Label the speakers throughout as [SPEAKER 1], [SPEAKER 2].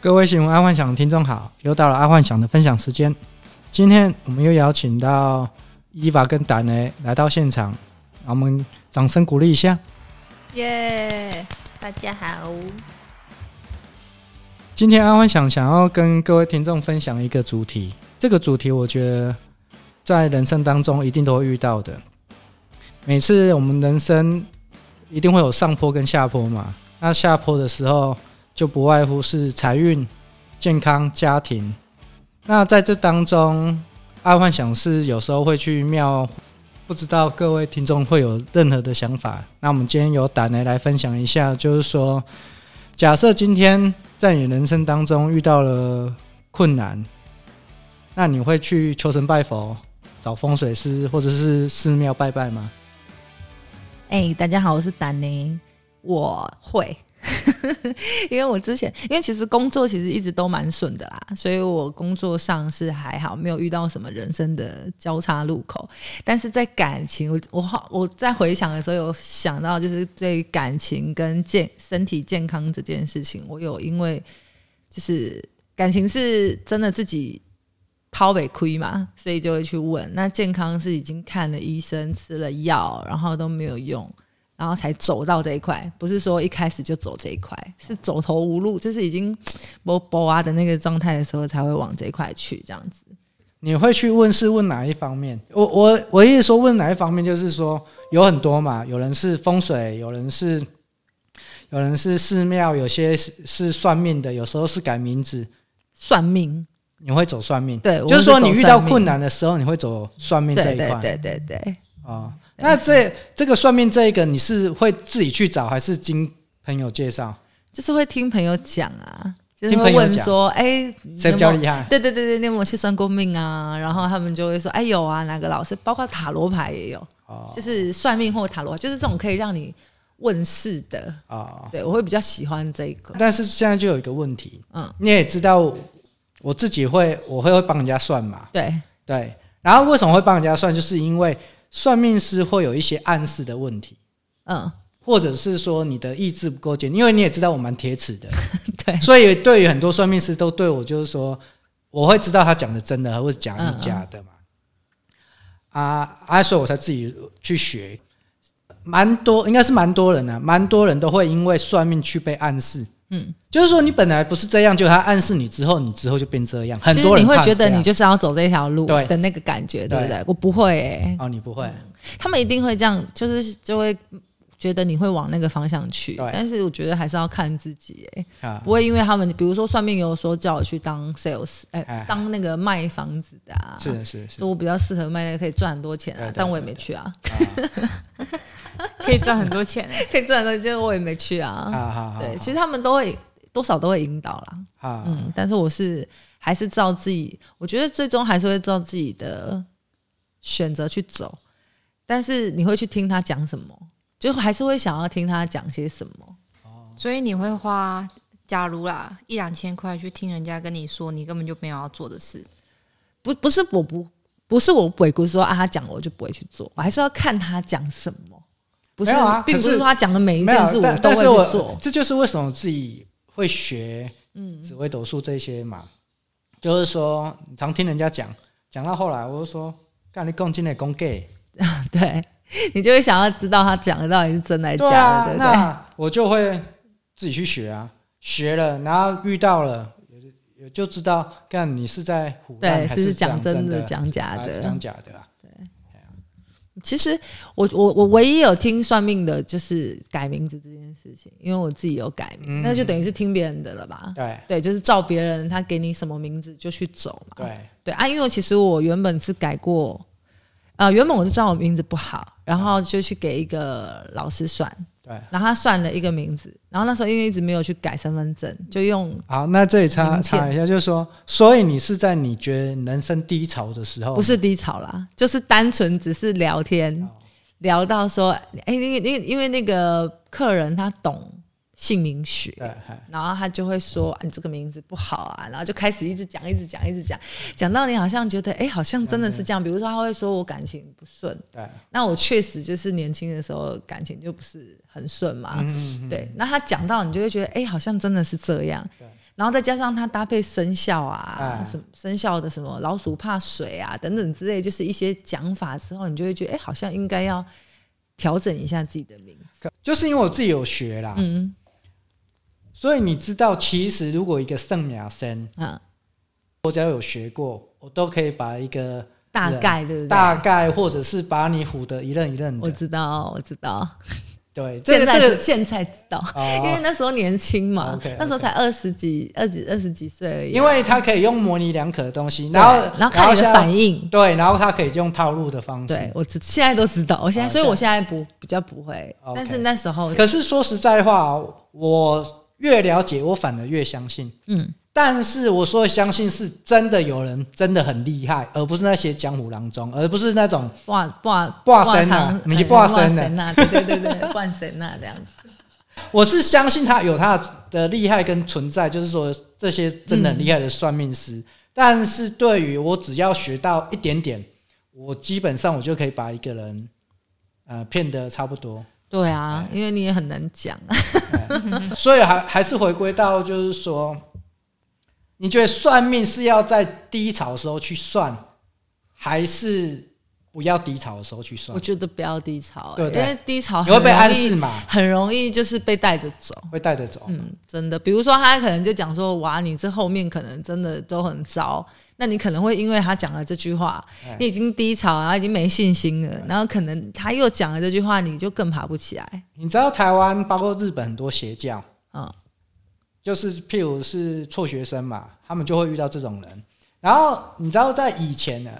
[SPEAKER 1] 各位新闻爱幻想的听众好，又到了爱幻想的分享时间。今天我们又邀请到伊娃跟达雷来到现场，让我们掌声鼓励一下。
[SPEAKER 2] 耶大家好，
[SPEAKER 1] 今天阿欢想想要跟各位听众分享一个主题，这个主题我觉得在人生当中一定都会遇到的。每次我们人生一定会有上坡跟下坡嘛，那下坡的时候就不外乎是财运、健康、家庭。那在这当中，阿幻想是有时候会去庙，不知道各位听众会有任何的想法。那我们今天有胆来来分享一下，就是说，假设今天在你人生当中遇到了困难，那你会去求神拜佛、找风水师或者是寺庙拜拜吗？
[SPEAKER 2] 哎、大家好，我是丹妮，我会。 因为我之前，因为其实工作其实一直都蛮顺的啦，所以我工作上是还好，没有遇到什么人生的交叉路口。但是在感情，我我好我在回想的时候有想到，就是对感情跟健身体健康这件事情，我有因为就是感情是真的自己掏北亏嘛，所以就会去问。那健康是已经看了医生，吃了药，然后都没有用，然后才走到这一块，不是说一开始就走这一块，是走投无路，就是已经不不啊的那个状态的时候，才会往这一块去这样子。
[SPEAKER 1] 你会去问是问哪一方面？我我我意思说问哪一方面，就是说有很多嘛，有人是风水，有人是有人是寺庙，有些是是算命的，有时候是改名字。
[SPEAKER 2] 算命，
[SPEAKER 1] 你会走算命，
[SPEAKER 2] 对，我
[SPEAKER 1] 就是说你遇到困
[SPEAKER 2] 难
[SPEAKER 1] 难的时候，你会走算命这
[SPEAKER 2] 对
[SPEAKER 1] 一块。
[SPEAKER 2] 对对对对，嗯
[SPEAKER 1] 哦，那这这个算命这一个，你是会自己去找，还是经朋友介绍？
[SPEAKER 2] 就是会听朋友讲啊，就是
[SPEAKER 1] 听朋
[SPEAKER 2] 会
[SPEAKER 1] 友
[SPEAKER 2] 问
[SPEAKER 1] 讲
[SPEAKER 2] 说，哎，你
[SPEAKER 1] 谁比
[SPEAKER 2] 有没
[SPEAKER 1] 较
[SPEAKER 2] 有
[SPEAKER 1] 厉害？
[SPEAKER 2] 对对对对，你有没有去算过命啊？然后他们就会说，哎有啊，哪个老师，包括塔罗牌也有，
[SPEAKER 1] 哦
[SPEAKER 2] 就是算命或塔罗，就是这种可以让你问世的。
[SPEAKER 1] 哦，
[SPEAKER 2] 对，我会比较喜欢这一个。
[SPEAKER 1] 但是现在就有一个问题，
[SPEAKER 2] 嗯，
[SPEAKER 1] 你也知道，我自己会我会会帮人家算嘛，
[SPEAKER 2] 对
[SPEAKER 1] 对。然后为什么会帮人家算，就是因为算命师会有一些暗示的问题，
[SPEAKER 2] 嗯，
[SPEAKER 1] 或者是说你的意志不够坚定，因为你也知道我蛮铁齿的，
[SPEAKER 2] 对，
[SPEAKER 1] 所以对于很多算命师都对我就是说，我会知道他讲的真的或者讲的假的嘛。啊啊，所以我才自己去学，蛮多应该是蛮多人啊，蛮多人都会因为算命去被暗示。
[SPEAKER 2] 嗯，
[SPEAKER 1] 就是说你本来不是这样，就他暗示你之后，你之后就变这样。很
[SPEAKER 2] 就
[SPEAKER 1] 多
[SPEAKER 2] 是
[SPEAKER 1] 人
[SPEAKER 2] 你会
[SPEAKER 1] 怕
[SPEAKER 2] 觉
[SPEAKER 1] 是这
[SPEAKER 2] 得
[SPEAKER 1] 样
[SPEAKER 2] 你就是要走这条路
[SPEAKER 1] 对
[SPEAKER 2] 的那个感觉，对不
[SPEAKER 1] 对
[SPEAKER 2] 对？我不会诶、
[SPEAKER 1] 哦，你不会，
[SPEAKER 2] 他们一定会这样，就是就会觉得你会往那个方向去
[SPEAKER 1] 对。
[SPEAKER 2] 但是我觉得还是要看自己、欸，
[SPEAKER 1] 啊
[SPEAKER 2] 不会因为他们，比如说算命有说叫我去当 sales，哎、
[SPEAKER 1] 哎
[SPEAKER 2] 当那个卖房子的、啊，
[SPEAKER 1] 是是是
[SPEAKER 2] 说我比较适合卖那个可以赚很多钱
[SPEAKER 1] 对
[SPEAKER 2] 啊
[SPEAKER 1] 对，
[SPEAKER 2] 但我也没去啊，
[SPEAKER 3] 可以赚很多钱欸。
[SPEAKER 2] 可以赚很多钱，我也没去
[SPEAKER 1] 啊，
[SPEAKER 2] 啊。
[SPEAKER 1] 好好好
[SPEAKER 2] 对，其实他们都会多少都会引导啦，
[SPEAKER 1] 好，
[SPEAKER 2] 嗯，但是我是还是照自己，我觉得最终还是会照自己的选择去走，但是你会去听他讲什么，就还是会想要听他讲些什么。
[SPEAKER 3] 所以你会花，假如啦，一两千块去听人家跟你说你根本就没有要做的事，
[SPEAKER 2] 不不是我不不是我鬼故说啊，他讲我就不会去做，我还是要看他讲什么。不是，
[SPEAKER 1] 没有啊
[SPEAKER 2] 并不
[SPEAKER 1] 可是
[SPEAKER 2] 是说他讲的每一
[SPEAKER 1] 没
[SPEAKER 2] 件事
[SPEAKER 1] 有，但
[SPEAKER 2] 都
[SPEAKER 1] 但是
[SPEAKER 2] 会去
[SPEAKER 1] 我
[SPEAKER 2] 做。
[SPEAKER 1] 这就是为什么自己会学
[SPEAKER 2] 嗯，
[SPEAKER 1] 紫微斗数这些嘛，就是说你常听人家讲，讲到后来我就说，干你共进的共 gay，
[SPEAKER 2] 对，你就会想要知道他讲的到底是真的还是
[SPEAKER 1] 对
[SPEAKER 2] 假
[SPEAKER 1] 啊，
[SPEAKER 2] 的，对不对？
[SPEAKER 1] 那我就会自己去学啊，学了，然后遇到了，也就知道，干你是在胡乱
[SPEAKER 2] 对，
[SPEAKER 1] 还
[SPEAKER 2] 是
[SPEAKER 1] 是
[SPEAKER 2] 讲真
[SPEAKER 1] 的，
[SPEAKER 2] 讲假
[SPEAKER 1] 还是
[SPEAKER 2] 的。
[SPEAKER 1] 讲假的啊，
[SPEAKER 2] 其实我我我唯一有听算命的就是改名字这件事情，因为我自己有改
[SPEAKER 1] 嗯
[SPEAKER 2] 名，那就等于是听别人的了吧？
[SPEAKER 1] 对
[SPEAKER 2] 对，就是照别人他给你什么名字就去走嘛。
[SPEAKER 1] 对，
[SPEAKER 2] 对啊，因为其实我原本是改过，呃，原本我就知道我名字不好，然后就去给一个老师算，
[SPEAKER 1] 对，
[SPEAKER 2] 然后他算了一个名字，然后那时候因为一直没有去改身份证，就用
[SPEAKER 1] 好，那这里插
[SPEAKER 2] 名片
[SPEAKER 1] 插一下，就是说，所以你是在你觉得人生低潮的时候，
[SPEAKER 2] 不是低潮啦，就是单纯只是聊天
[SPEAKER 1] 哦，
[SPEAKER 2] 聊到说，哎、那个那个因为那个客人他懂姓名学，
[SPEAKER 1] 对，哎
[SPEAKER 2] 然后他就会说、啊、你这个名字不好啊，然后就开始一直讲，一直讲，一直讲，讲到你好像觉得，哎、好像真的
[SPEAKER 1] 嗯
[SPEAKER 2] 是这样。比如说他会说我感情不顺，
[SPEAKER 1] 对，
[SPEAKER 2] 那我确实就是年轻的时候感情就不是很顺嘛，
[SPEAKER 1] 嗯，嗯嗯
[SPEAKER 2] 对，那他讲到你就会觉得，哎、好像真的是这样
[SPEAKER 1] 对。
[SPEAKER 2] 然后再加上它搭配生肖啊，
[SPEAKER 1] 哎
[SPEAKER 2] 什么生肖的什么老鼠怕水啊等等之类，就是一些讲法之后，你就会觉得，哎、好像应该要调整一下自己的名字。
[SPEAKER 1] 就是因为我自己有学啦，
[SPEAKER 2] 嗯
[SPEAKER 1] 所以你知道，其实如果一个圣雅生，
[SPEAKER 2] 啊，
[SPEAKER 1] 我只要有学过，我都可以把一个
[SPEAKER 2] 大概对不对？
[SPEAKER 1] 大概或者是把你唬得一愣一愣
[SPEAKER 2] 我
[SPEAKER 1] 的。
[SPEAKER 2] 知道，我知道，
[SPEAKER 1] 对，这
[SPEAKER 2] 现
[SPEAKER 1] 个
[SPEAKER 2] 在、
[SPEAKER 1] 这个
[SPEAKER 2] 现在知道，因为
[SPEAKER 1] 哦，
[SPEAKER 2] 那时候年轻嘛
[SPEAKER 1] OK，OK
[SPEAKER 2] 那时候才二十几、二几、二十几岁而已啊。
[SPEAKER 1] 因为它可以用模棱两可的东西，
[SPEAKER 2] 对
[SPEAKER 1] 然后
[SPEAKER 2] 然后看你的
[SPEAKER 1] 像
[SPEAKER 2] 反应，
[SPEAKER 1] 对，然后它可以用套路的方
[SPEAKER 2] 对
[SPEAKER 1] 式。
[SPEAKER 2] 我只现在都知道，我现在，
[SPEAKER 1] 哦
[SPEAKER 2] 所以我
[SPEAKER 1] 这
[SPEAKER 2] 现在不比较不会，
[SPEAKER 1] OK
[SPEAKER 2] 但是那时候，
[SPEAKER 1] 可是说实在话，我越了解，我反而越相信。
[SPEAKER 2] 嗯，
[SPEAKER 1] 但是我说的相信是真的有人真的很厉害，而不是那些江湖郎中，而不是那种
[SPEAKER 2] 挂挂
[SPEAKER 1] 挂绳啊
[SPEAKER 2] 汤
[SPEAKER 1] 你是
[SPEAKER 2] 哎
[SPEAKER 1] 挂绳啊
[SPEAKER 2] 绳啊，对对对对， 挂绳啊这样子，
[SPEAKER 1] 我是相信他有他的厉害跟存在，就是说这些真的很厉害的算命师。但是对于我只要学到一点点，我基本上我就可以把一个人呃骗得差不多。
[SPEAKER 2] 对啊，因为你也很难讲啊，
[SPEAKER 1] 所以还还是回归到就是说，你觉得算命是要在低潮的时候去算，还是不要低潮的时候去算
[SPEAKER 2] 我？觉得不要低潮，哎
[SPEAKER 1] 对
[SPEAKER 2] 因
[SPEAKER 1] 不对
[SPEAKER 2] 为低潮
[SPEAKER 1] 你会被
[SPEAKER 2] 哦很容
[SPEAKER 1] 暗
[SPEAKER 2] 易
[SPEAKER 1] 示嘛？
[SPEAKER 2] 很容易就是被带着走。
[SPEAKER 1] 会带着走。
[SPEAKER 2] 嗯，真的，比如说他可能就讲说，哇，你这后面可能真的都很糟，那你可能会因为他讲了这句话
[SPEAKER 1] 哎，
[SPEAKER 2] 你已经低潮，然后已经没信心了，然后可能他又讲了这句话，你就更爬不起来。
[SPEAKER 1] 你知道台湾包括日本很多邪教，
[SPEAKER 2] 嗯，
[SPEAKER 1] 就是譬如是辍学生嘛，他们就会遇到这种人。然后你知道在以前呢，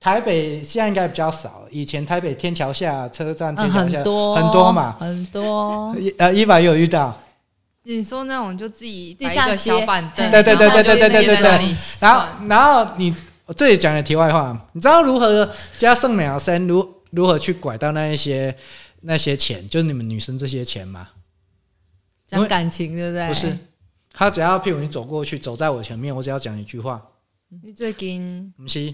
[SPEAKER 1] 台北现在应该比较少，以前台北天桥下车站天
[SPEAKER 2] 嗯，
[SPEAKER 1] 桥下、
[SPEAKER 2] 很多
[SPEAKER 1] 很多嘛，。
[SPEAKER 2] 很多
[SPEAKER 1] 一呃伊凡也有遇到，
[SPEAKER 3] 你说那种就自己
[SPEAKER 2] 地
[SPEAKER 3] 摆一
[SPEAKER 2] 下
[SPEAKER 3] 个
[SPEAKER 2] 街
[SPEAKER 3] 小板凳，
[SPEAKER 1] 对对对
[SPEAKER 3] 然
[SPEAKER 1] 对
[SPEAKER 3] 后
[SPEAKER 1] 对
[SPEAKER 3] 就
[SPEAKER 1] 对
[SPEAKER 3] 自己
[SPEAKER 1] 对
[SPEAKER 3] 在那
[SPEAKER 1] 对
[SPEAKER 3] 里
[SPEAKER 1] 然
[SPEAKER 3] 算
[SPEAKER 1] 后然后你我这里讲个题外话，你知道如何加圣美亚生如如何去拐到那一些那些钱，就是你们女生这些钱吗？
[SPEAKER 2] 讲感情对不对？
[SPEAKER 1] 不是，他只要譬如你走过去，走在我前面，我只要讲一句话，
[SPEAKER 3] 你最近
[SPEAKER 1] 不是，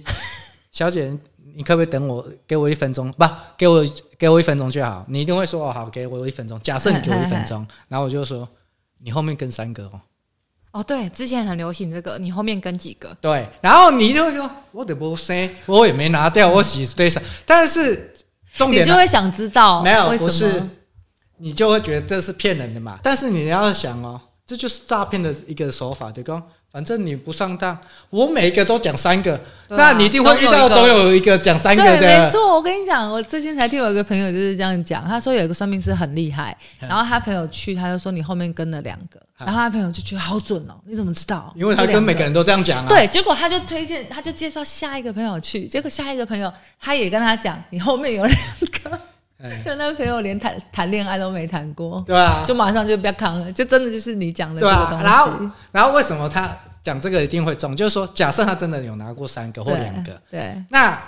[SPEAKER 1] 小姐，你可不可以等我，给我一分钟？不，给我给我一分钟就好。你一定会说哦，好，给我一分钟。假设你给我一分钟，然后我就说你后面跟三个哦，
[SPEAKER 3] 哦，对，之前很流行这个，你后面跟几个？
[SPEAKER 1] 对，然后你一定会说我的不生，我也没拿掉，我洗对上，但是重
[SPEAKER 2] 你
[SPEAKER 1] 点
[SPEAKER 2] 就
[SPEAKER 1] 来
[SPEAKER 2] 会想知道
[SPEAKER 1] 没有
[SPEAKER 2] 为
[SPEAKER 1] 不
[SPEAKER 2] 什
[SPEAKER 1] 是
[SPEAKER 2] 么，，
[SPEAKER 1] 你就会觉得这是骗人的嘛。但是你要想哦，这就是诈骗的一个手法，对刚。反正你不上当，我每一个都讲三个，
[SPEAKER 3] 对啊
[SPEAKER 1] 那你一定会遇到
[SPEAKER 3] 总
[SPEAKER 1] 总
[SPEAKER 3] 有一
[SPEAKER 1] 有一个讲三个
[SPEAKER 2] 对，
[SPEAKER 1] 的。
[SPEAKER 2] 没错。我跟你讲，我最近才听我一个朋友就是这样讲，他说有一个算命师很厉害，
[SPEAKER 1] 嗯
[SPEAKER 2] 然后他朋友去，他就说你后面跟了两个，
[SPEAKER 1] 啊
[SPEAKER 2] 然后他朋友就觉得好准哦，你怎么知道？
[SPEAKER 1] 因为他
[SPEAKER 2] 就两
[SPEAKER 1] 跟每个人都这样讲啊。，
[SPEAKER 2] 对，结果他就推荐，他就介绍下一个朋友去，结果下一个朋友他也跟他讲，你后面有两个，
[SPEAKER 1] 哎、
[SPEAKER 2] 就那个朋友连谈谈恋爱都没谈过，
[SPEAKER 1] 对啊，
[SPEAKER 2] 就马上就不要扛了，就真的就是你讲的这
[SPEAKER 1] 对
[SPEAKER 2] 个
[SPEAKER 1] 啊
[SPEAKER 2] 东。西。
[SPEAKER 1] 然后，然后为什么他讲这个一定会中？就是说，假设他真的有拿过三个或
[SPEAKER 2] 对
[SPEAKER 1] 两个，，
[SPEAKER 2] 对，
[SPEAKER 1] 那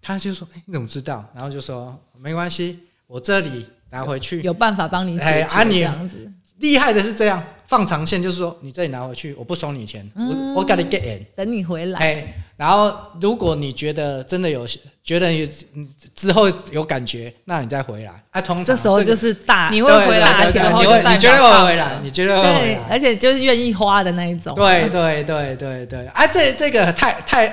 [SPEAKER 1] 他就说、哎你怎么知道？”然后就说：“没关系，我这里拿回去。
[SPEAKER 2] 有办法帮你
[SPEAKER 1] 哎
[SPEAKER 2] 解
[SPEAKER 1] 啊
[SPEAKER 2] 决
[SPEAKER 1] 你
[SPEAKER 2] 这样子。”
[SPEAKER 1] 厉害的是这样，放长线就是说，你这里拿回去，我不收你钱，
[SPEAKER 2] 嗯
[SPEAKER 1] 我我 got to get in。
[SPEAKER 2] 等你回来，
[SPEAKER 1] 哎，然后如果你觉得真的有，觉得有嗯之后有感觉，那你再回来。啊，通常
[SPEAKER 2] 这时候
[SPEAKER 1] 个
[SPEAKER 2] 就是大，
[SPEAKER 3] 你
[SPEAKER 1] 对
[SPEAKER 3] 会回来
[SPEAKER 1] 对
[SPEAKER 3] 的时
[SPEAKER 1] 对
[SPEAKER 3] 候
[SPEAKER 1] 你
[SPEAKER 3] 就
[SPEAKER 1] 会，
[SPEAKER 3] 代
[SPEAKER 1] 你绝对
[SPEAKER 3] 表
[SPEAKER 1] 会
[SPEAKER 3] 上
[SPEAKER 1] 回
[SPEAKER 3] 了
[SPEAKER 1] 来，你绝对会回
[SPEAKER 2] 对
[SPEAKER 1] 来，。
[SPEAKER 2] 而且就是愿意花的那一种。
[SPEAKER 1] 对对对对对，啊，这这个太太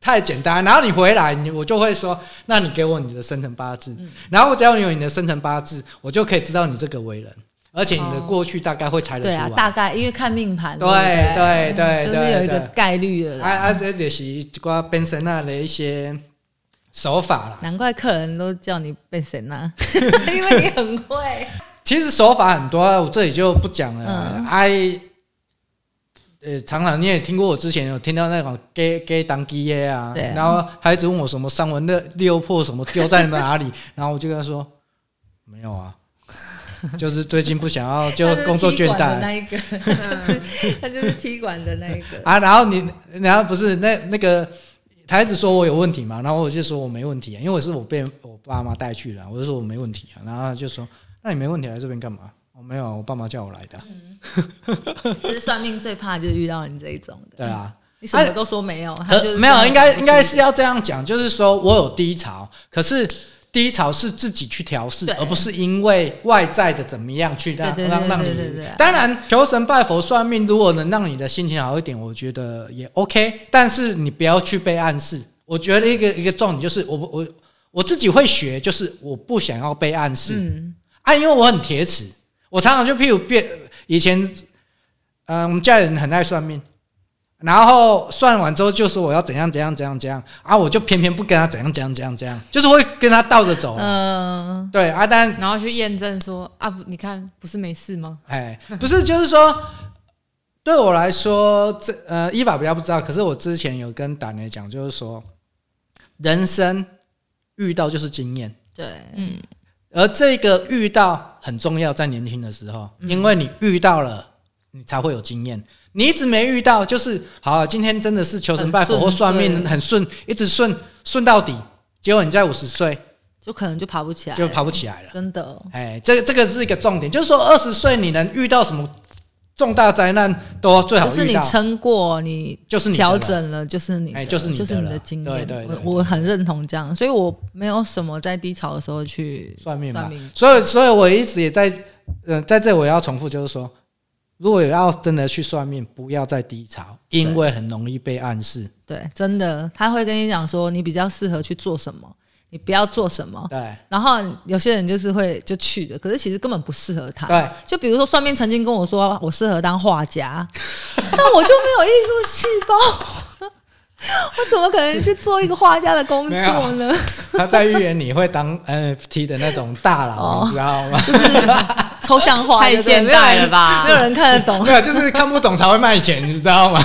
[SPEAKER 1] 太简单。然后你回来，你我就会说，那你给我你的生辰八字，
[SPEAKER 2] 嗯
[SPEAKER 1] 然后我只要有你的生辰八字，我就可以知道你这个为人，而且你的
[SPEAKER 3] 哦
[SPEAKER 1] 过去大概会猜得
[SPEAKER 2] 对
[SPEAKER 1] 出
[SPEAKER 2] 啊，
[SPEAKER 1] 来。
[SPEAKER 2] 大概因为看命盘，
[SPEAKER 1] 对
[SPEAKER 2] 不
[SPEAKER 1] 对对
[SPEAKER 2] 就是有一个
[SPEAKER 1] 对
[SPEAKER 2] 概率了
[SPEAKER 1] 啊
[SPEAKER 2] 啦。
[SPEAKER 1] 啊，这就是一寡本身啊的一些手法啦。
[SPEAKER 2] 难怪客人都叫你变神啊， 因为你很会。
[SPEAKER 1] 其实手法很多，啊我这里就不讲了
[SPEAKER 2] 嗯
[SPEAKER 1] 啊。哎，呃，常常你也听过，我之前有听到那种 gay gay 当 gay 耶啊，
[SPEAKER 2] 对啊
[SPEAKER 1] 然后他一直问我什么三文的六破什么丢在哪 里，然后我就跟他说没有啊，就是最近不想 要， 就
[SPEAKER 2] 他是
[SPEAKER 1] 工作倦
[SPEAKER 2] 踢馆的
[SPEAKER 1] 怠
[SPEAKER 2] 那一 个，
[SPEAKER 3] 嗯
[SPEAKER 2] 他就是踢馆的那一个。
[SPEAKER 1] 啊。然后你，然后不是那那个。他一直说我有问题嘛，然后我就说我没问题、啊，因为我是我被我爸妈带去的啊，我就说我没问题啊，然后他就说那你没问题来这边干嘛？我没有啊，我爸妈叫我来的啊，
[SPEAKER 2] 其实算命最怕就是遇到你这一种的，
[SPEAKER 1] 对啊，
[SPEAKER 2] 你什么都说没有，他
[SPEAKER 1] 可
[SPEAKER 2] 就是
[SPEAKER 1] 没有，应该应该是
[SPEAKER 2] 要
[SPEAKER 1] 要这样讲，就是说我有低潮，可是低潮是自己去调试
[SPEAKER 2] 对，
[SPEAKER 1] 而不是因为外在的怎么样去让
[SPEAKER 2] 对对对
[SPEAKER 1] 让让
[SPEAKER 2] 对
[SPEAKER 1] 你
[SPEAKER 2] 对对对。
[SPEAKER 1] 当然，求神拜佛算命，如果能让你的心情好一点，我觉得也 OK。但是你不要去被暗示。我觉得一个一个重点就是我不我我自己会学，就是我不想要被暗示。
[SPEAKER 2] 嗯，
[SPEAKER 1] 啊，因为我很铁齿，我常常就譬如变以前，嗯、我们家人很爱算命，然后算完之后就说我要怎样怎样怎样怎样啊，我就偏偏不跟他怎样怎样怎样怎样，就是会跟他倒着走。
[SPEAKER 2] 嗯，
[SPEAKER 1] 对啊，但
[SPEAKER 3] 然后去验证说啊，不你看不是没事吗？
[SPEAKER 1] 哎，不是，就是说，对我来说，这呃，依法比较不知道，可是我之前有跟胆雷讲，就是说，人生遇到就是经验。
[SPEAKER 2] 对，
[SPEAKER 3] 嗯，
[SPEAKER 1] 而这个遇到很重要，在年轻的时候，
[SPEAKER 2] 嗯
[SPEAKER 1] 因为你遇到了，你才会有经验。你一直没遇到，就是好，今天真的是求神拜佛
[SPEAKER 2] 很顺
[SPEAKER 1] 或算命
[SPEAKER 2] 遂
[SPEAKER 1] 很顺，一直顺顺到底，结果你在五十岁
[SPEAKER 2] 就可能就爬不起来，
[SPEAKER 1] 就爬不起来了。
[SPEAKER 2] 真的，哦
[SPEAKER 1] 哎，这个这个是一个重点，就是说二十岁你能遇到什么重大灾难，都最好
[SPEAKER 2] 就是
[SPEAKER 1] 遇
[SPEAKER 2] 你
[SPEAKER 1] 到，
[SPEAKER 2] 撑过，你
[SPEAKER 1] 就是你的
[SPEAKER 2] 调
[SPEAKER 1] 了
[SPEAKER 2] 整了，就是你的，
[SPEAKER 1] 哎就是你的
[SPEAKER 2] 就是你的
[SPEAKER 1] 了
[SPEAKER 2] 经
[SPEAKER 1] 对
[SPEAKER 2] 验。
[SPEAKER 1] 对对
[SPEAKER 2] 我我很认同这样，所以我没有什么在低潮的时候去
[SPEAKER 1] 算命吧
[SPEAKER 2] 算命。
[SPEAKER 1] 所以，所以我一直也在，呃，在这我要重复，就是说，如果要真的去算命，不要再低潮，因为很容易被暗示。
[SPEAKER 2] 对，真的，他会跟你讲说你比较适合去做什么，你不要做什么。
[SPEAKER 1] 对
[SPEAKER 2] 然后有些人就是会就去了，可是其实根本不适合他。
[SPEAKER 1] 对，
[SPEAKER 2] 就比如说算命曾经跟我说我适合当 画家，但我就没有艺术细胞， 我怎么可能去做一个画家的工
[SPEAKER 1] 没有
[SPEAKER 2] 作呢？
[SPEAKER 1] 他在预言你会当 NFT 的那种大
[SPEAKER 2] 哦
[SPEAKER 1] 佬，你知道 吗？
[SPEAKER 2] 抽象画
[SPEAKER 3] 太
[SPEAKER 2] 对不对
[SPEAKER 3] 现代了吧
[SPEAKER 2] 没有人没有人看得懂
[SPEAKER 1] 没，有，就是看不懂才会卖钱，你知道吗？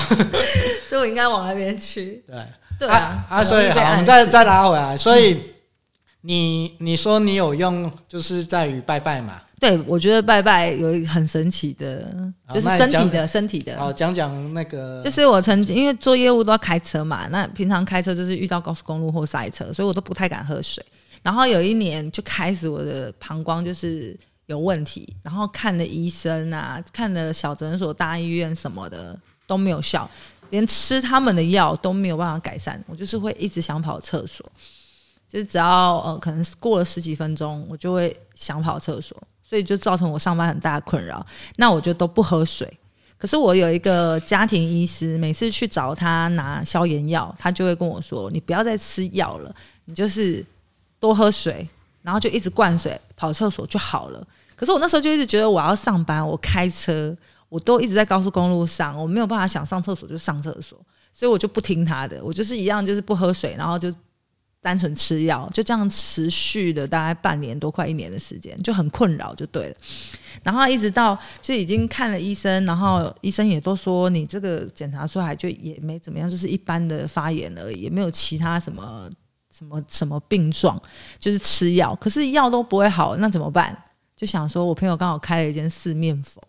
[SPEAKER 2] 所以我应该往那边去。
[SPEAKER 1] 对
[SPEAKER 2] 对
[SPEAKER 1] 啊
[SPEAKER 2] 啊，
[SPEAKER 1] 啊，所以
[SPEAKER 2] 很容
[SPEAKER 1] 好，
[SPEAKER 2] 易被
[SPEAKER 1] 我
[SPEAKER 2] 暗
[SPEAKER 1] 们
[SPEAKER 2] 示
[SPEAKER 1] 再再拉回来，所以。你你说你有用，就是在于拜拜嘛。
[SPEAKER 2] 对，我觉得拜拜有一个很神奇的，
[SPEAKER 1] 好
[SPEAKER 2] 就是
[SPEAKER 1] 那你
[SPEAKER 2] 身体
[SPEAKER 1] 讲
[SPEAKER 2] 的身体的，
[SPEAKER 1] 好，哦讲讲那个，
[SPEAKER 2] 就是我曾经因为做业务都要开车嘛，那平常开车就是遇到高速公路或塞车，所以我都不太敢喝水。然后有一年就开始我的膀胱就是有问题，然后看了医生啊，看了小诊所、大医院什么的都没有效，连吃他们的药都没有办法改善，我就是会一直想跑厕所。就是只要呃，可能过了十几分钟，我就会想跑厕所，所以就造成我上班很大的困扰。那我就都不喝水。可是我有一个家庭医师，每次去找他拿消炎药，他就会跟我说：“你不要再吃药了，你就是多喝水，然后就一直灌水，跑厕所就好了。”可是我那时候就一直觉得我要上班，我开车，我都一直在高速公路上，我没有办法想上厕所就上厕所，所以我就不听他的，我就是一样就是不喝水，然后就单纯吃药，就这样持续了大概半年多，快一年的时间，就很困扰，就对了。然后一直到就已经看了医生，然后医生也都说你这个检查出来就也没怎么样，就是一般的发炎而已，也没有其他什么什么什么病状，就是吃药，可是药都不会好，那怎么办？就想说我朋友刚好开了一间四面佛，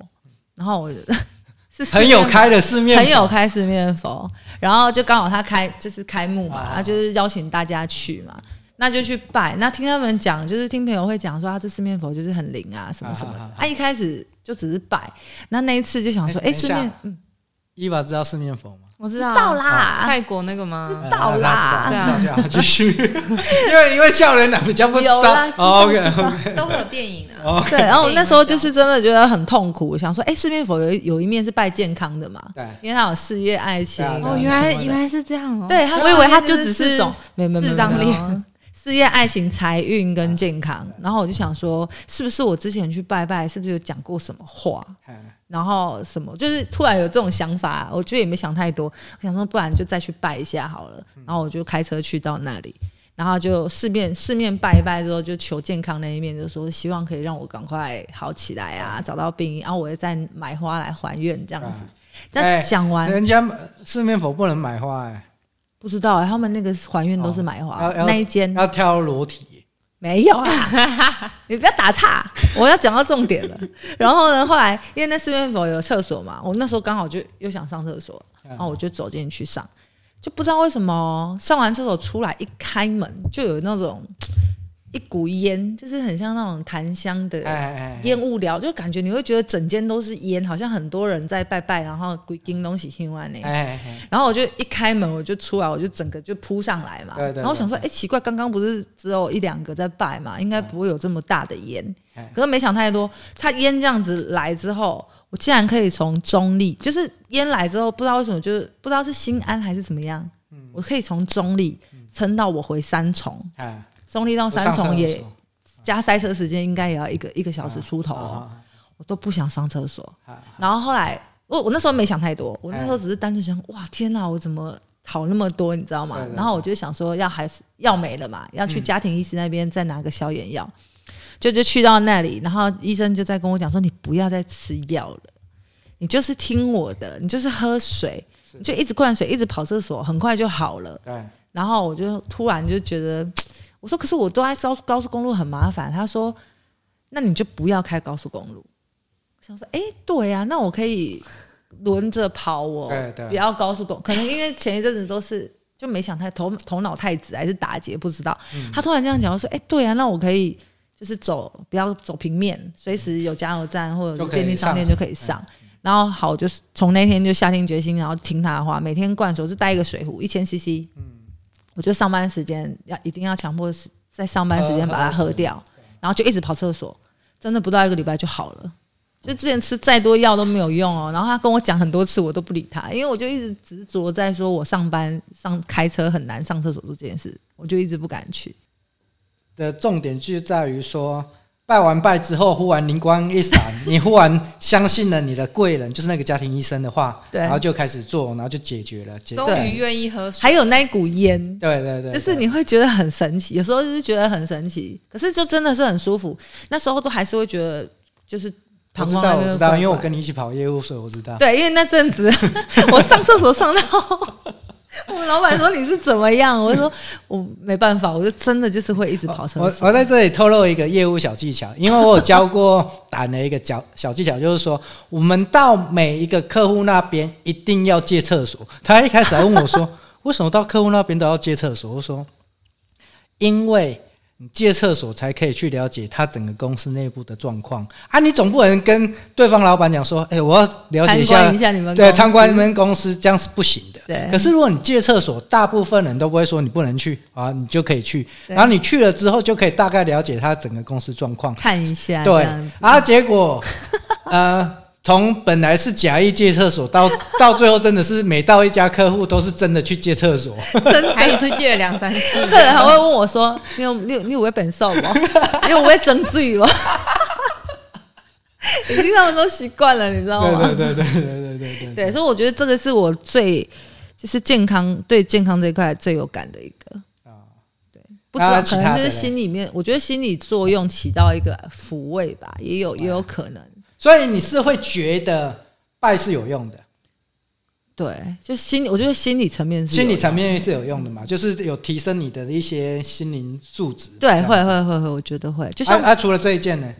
[SPEAKER 2] 然后我 是四
[SPEAKER 1] 朋友
[SPEAKER 2] 面佛
[SPEAKER 1] 开的四面，
[SPEAKER 2] 朋友开四面佛，然后就刚好他开就是开幕嘛，
[SPEAKER 1] 哦
[SPEAKER 2] 他就是邀请大家去嘛，那就去拜。那听他们讲，就是听朋友会讲说，啊他这四面佛就是很灵啊，什么什么的。
[SPEAKER 1] 啊
[SPEAKER 2] 他、
[SPEAKER 1] 啊啊
[SPEAKER 2] 一开始就只是拜，那那一次就想说，
[SPEAKER 1] 哎
[SPEAKER 2] 哎、
[SPEAKER 1] 等一
[SPEAKER 2] 四
[SPEAKER 1] 下
[SPEAKER 2] 面嗯
[SPEAKER 1] 伊娃知道四面佛吗？
[SPEAKER 3] 我知
[SPEAKER 2] 知
[SPEAKER 3] 道
[SPEAKER 2] 道
[SPEAKER 3] 啊
[SPEAKER 2] 啦，
[SPEAKER 3] 泰国那个
[SPEAKER 1] 嗯
[SPEAKER 3] 吗？
[SPEAKER 2] 到啦
[SPEAKER 1] 知道知 道知道继续，因为因为校园男比较不知
[SPEAKER 2] 有啦
[SPEAKER 1] 道。哦 OK
[SPEAKER 2] 知道
[SPEAKER 1] OK
[SPEAKER 3] 都会有电影啊的、
[SPEAKER 1] OK，
[SPEAKER 2] 对。然后我那时候就是真的觉得很痛苦，想说，哎、四面佛有一有一面是拜健康的嘛，
[SPEAKER 1] 对
[SPEAKER 2] 因为他有事业、爱情，
[SPEAKER 1] 对啊对啊
[SPEAKER 3] 哦，原来原来是这样哦。
[SPEAKER 2] 对，他
[SPEAKER 3] 我以为他就
[SPEAKER 2] 四
[SPEAKER 3] 只是
[SPEAKER 2] 种，没有没有没有
[SPEAKER 3] 四张
[SPEAKER 2] 没有
[SPEAKER 3] 脸
[SPEAKER 2] 事业、爱情、财运跟健康。然后我就想说，是不是我之前去拜拜，是不是有讲过什么话？
[SPEAKER 1] 嗯
[SPEAKER 2] 然后什么，就是突然有这种想法，我觉得也没想太多，我想说不然就再去拜一下好了。然后我就开车去到那里，然后就四面四面拜一拜之后，就求健康那一面，就说希望可以让我赶快好起来啊，找到病因，然后我再买花来还愿这样子。但
[SPEAKER 1] 哎
[SPEAKER 2] 讲完
[SPEAKER 1] 人家四面佛不能买花哎，
[SPEAKER 2] 不知道、欸，他们那个还愿都是买
[SPEAKER 1] 哦
[SPEAKER 2] 花，
[SPEAKER 1] 要要
[SPEAKER 2] 那一间
[SPEAKER 1] 要挑裸体。
[SPEAKER 2] 没有啦， 你不要打岔，我要讲到重点了。然后呢，后来因为那四面佛有厕所嘛，我那时候刚好就又想上厕所，然后我就走进去上，就不知道为什么上完厕所出来一开门就有那种一股烟，就是很像那种檀香的
[SPEAKER 1] 哎哎，哎
[SPEAKER 2] 烟雾缭，就感觉你会觉得整间都是烟，好像很多人在拜拜，然后鬼金东西听完呢。
[SPEAKER 1] 哎哎哎，
[SPEAKER 2] 然后我就一开门，我就出来，我就整个就扑上来嘛。
[SPEAKER 1] 对对对
[SPEAKER 2] 然后我想说，哎、奇怪，刚刚不是只有一两个在拜嘛，应该不会有这么大的烟。
[SPEAKER 1] 嗯
[SPEAKER 2] 可是没想太多，他烟这样子来之后，我竟然可以从中立，就是烟来之后，不知道为什么，就是不知道是心安还是怎么样，
[SPEAKER 1] 嗯
[SPEAKER 2] 我可以从中立撑到我回三重，
[SPEAKER 1] 哎，
[SPEAKER 2] 中立到三重
[SPEAKER 1] 我
[SPEAKER 2] 也
[SPEAKER 1] 上
[SPEAKER 2] 加塞车时间应该也要一个一个小时出头
[SPEAKER 1] 厕所
[SPEAKER 2] 哦，
[SPEAKER 1] 啊
[SPEAKER 2] 我都不想上厕所。
[SPEAKER 1] 啊啊
[SPEAKER 2] 然后后来我我那时候没想太多，我那时
[SPEAKER 1] 哎
[SPEAKER 2] 候只是单纯想，哇天哪，我怎么好那么多，你知道吗
[SPEAKER 1] 对？对嗯
[SPEAKER 2] 然后我就想说要还是药没了嘛，要去家庭医师那边再拿个消炎药，就就去到那里，然后医生就在跟我讲说，你不要再吃药了。你就是听我的，你就是喝水，
[SPEAKER 1] 是
[SPEAKER 2] 你就一直灌水，一直跑厕所，很快就好了。
[SPEAKER 1] 对，
[SPEAKER 2] 然后我就突然就觉得，我说可是我都在高高速公路很麻烦。他说，那你就不要开高速公路。我想说，哎，对呀、那我可以轮着跑我，
[SPEAKER 1] 对对
[SPEAKER 2] 不要高速公，可能因为前一阵子都是就没想太头头脑太直还是打结不知道。
[SPEAKER 1] 嗯
[SPEAKER 2] 他突然这样讲，我说，哎，对呀、那我可以就是走不要走平面，随时有加油站或者
[SPEAKER 1] 就可以
[SPEAKER 2] 便利商店
[SPEAKER 1] 上
[SPEAKER 2] 就可以上。然后好，我就是从那天就下定决心，然后听他的话，每天灌水我就带一个水壶，一千 CC，
[SPEAKER 1] 嗯，
[SPEAKER 2] 我就上班时间要一定要强迫是在上班时间把它喝掉，然后就一直跑厕所，真的不到一个礼拜就好了。就之前吃再多药都没有用哦，然后他跟我讲很多次，我都不理他，因为我就一直执着在说我上班上开车很难上厕所做这件事，我就一直不敢去。
[SPEAKER 1] 的重点就在于说，拜完拜之后，忽然灵光一闪，你忽然相信了你的贵人，就是那个家庭医生的话，
[SPEAKER 2] 对
[SPEAKER 1] 然后就开始做，然后就解决了，解
[SPEAKER 3] 终于愿意喝水，
[SPEAKER 2] 还有那一股烟，
[SPEAKER 1] 对对对，
[SPEAKER 2] 就是你会觉得很神奇，有时候就是觉得很神奇，可是就真的是很舒服。那时候都还是会觉得就是
[SPEAKER 1] 我
[SPEAKER 2] 膀
[SPEAKER 1] 知
[SPEAKER 2] 胱
[SPEAKER 1] 道
[SPEAKER 2] 那
[SPEAKER 1] 我
[SPEAKER 2] 边
[SPEAKER 1] 知道，因为我
[SPEAKER 2] 怪怪的
[SPEAKER 1] 跟你一起跑业务，所以我知道。
[SPEAKER 2] 对，因为那阵子 我上厕所上到，我们老板说你是怎么样？我说我没办法，我就真的就是会一直跑厕
[SPEAKER 1] 哦我
[SPEAKER 2] 所。
[SPEAKER 1] 我在这里透露一个业务小技巧，因为我有教过胆的一个小小技巧，就是说我们到每一个客户那边一定要借厕所。他一开始还问我 说，为什么到客户那边都要借厕所？我说，因为。你借厕所才可以去了解他整个公司内部的状况啊！你总不能跟对方老板讲说：“哎、我要了解
[SPEAKER 2] 参
[SPEAKER 1] 一下
[SPEAKER 2] 观一下你们
[SPEAKER 1] 对，
[SPEAKER 2] 公司
[SPEAKER 1] 参观你们公司这样是不行的。
[SPEAKER 2] 对
[SPEAKER 1] 可是如果你借厕所，大部分人都不会说你不能去啊，你就可以去。
[SPEAKER 2] 对
[SPEAKER 1] 然后你去了之后，就可以大概了解他整个公司状况。
[SPEAKER 2] 看一下，
[SPEAKER 1] 对
[SPEAKER 2] 这样子，
[SPEAKER 1] 啊，结果呃，从本来是假意借厕所，到 到最后真的是每到一家客户都是真的去借厕所。
[SPEAKER 3] 真的还一次借了两三次，
[SPEAKER 2] 客人还会问我说：“你有你有你有会本兽吗？ 你有会整嘴吗？” 已经他们都习惯了，你知道吗？
[SPEAKER 1] 对对对对对对对
[SPEAKER 2] 哦对，所以我觉得这个是我最就是健康对健康这一块最有感的一个。
[SPEAKER 1] 啊
[SPEAKER 2] 不知
[SPEAKER 1] 那
[SPEAKER 2] 道，
[SPEAKER 1] 其
[SPEAKER 2] 可
[SPEAKER 1] 他
[SPEAKER 2] 能就
[SPEAKER 1] 的
[SPEAKER 2] 是
[SPEAKER 1] 嘞
[SPEAKER 2] 心里面，我觉得心理作用起到一个抚慰吧，也有
[SPEAKER 1] 啊
[SPEAKER 2] 也有可能。
[SPEAKER 1] 所以你是会觉得拜是有用的，
[SPEAKER 2] 对，就心，我觉得心理层面是有
[SPEAKER 1] 心理层面是有用的嘛，就是有提升你的一些心灵素质。这
[SPEAKER 2] 对，
[SPEAKER 1] 样
[SPEAKER 2] 会
[SPEAKER 1] 子。
[SPEAKER 2] 会会会，我觉得会。
[SPEAKER 1] 就
[SPEAKER 2] 就像
[SPEAKER 1] 啊，啊除了这一件呢，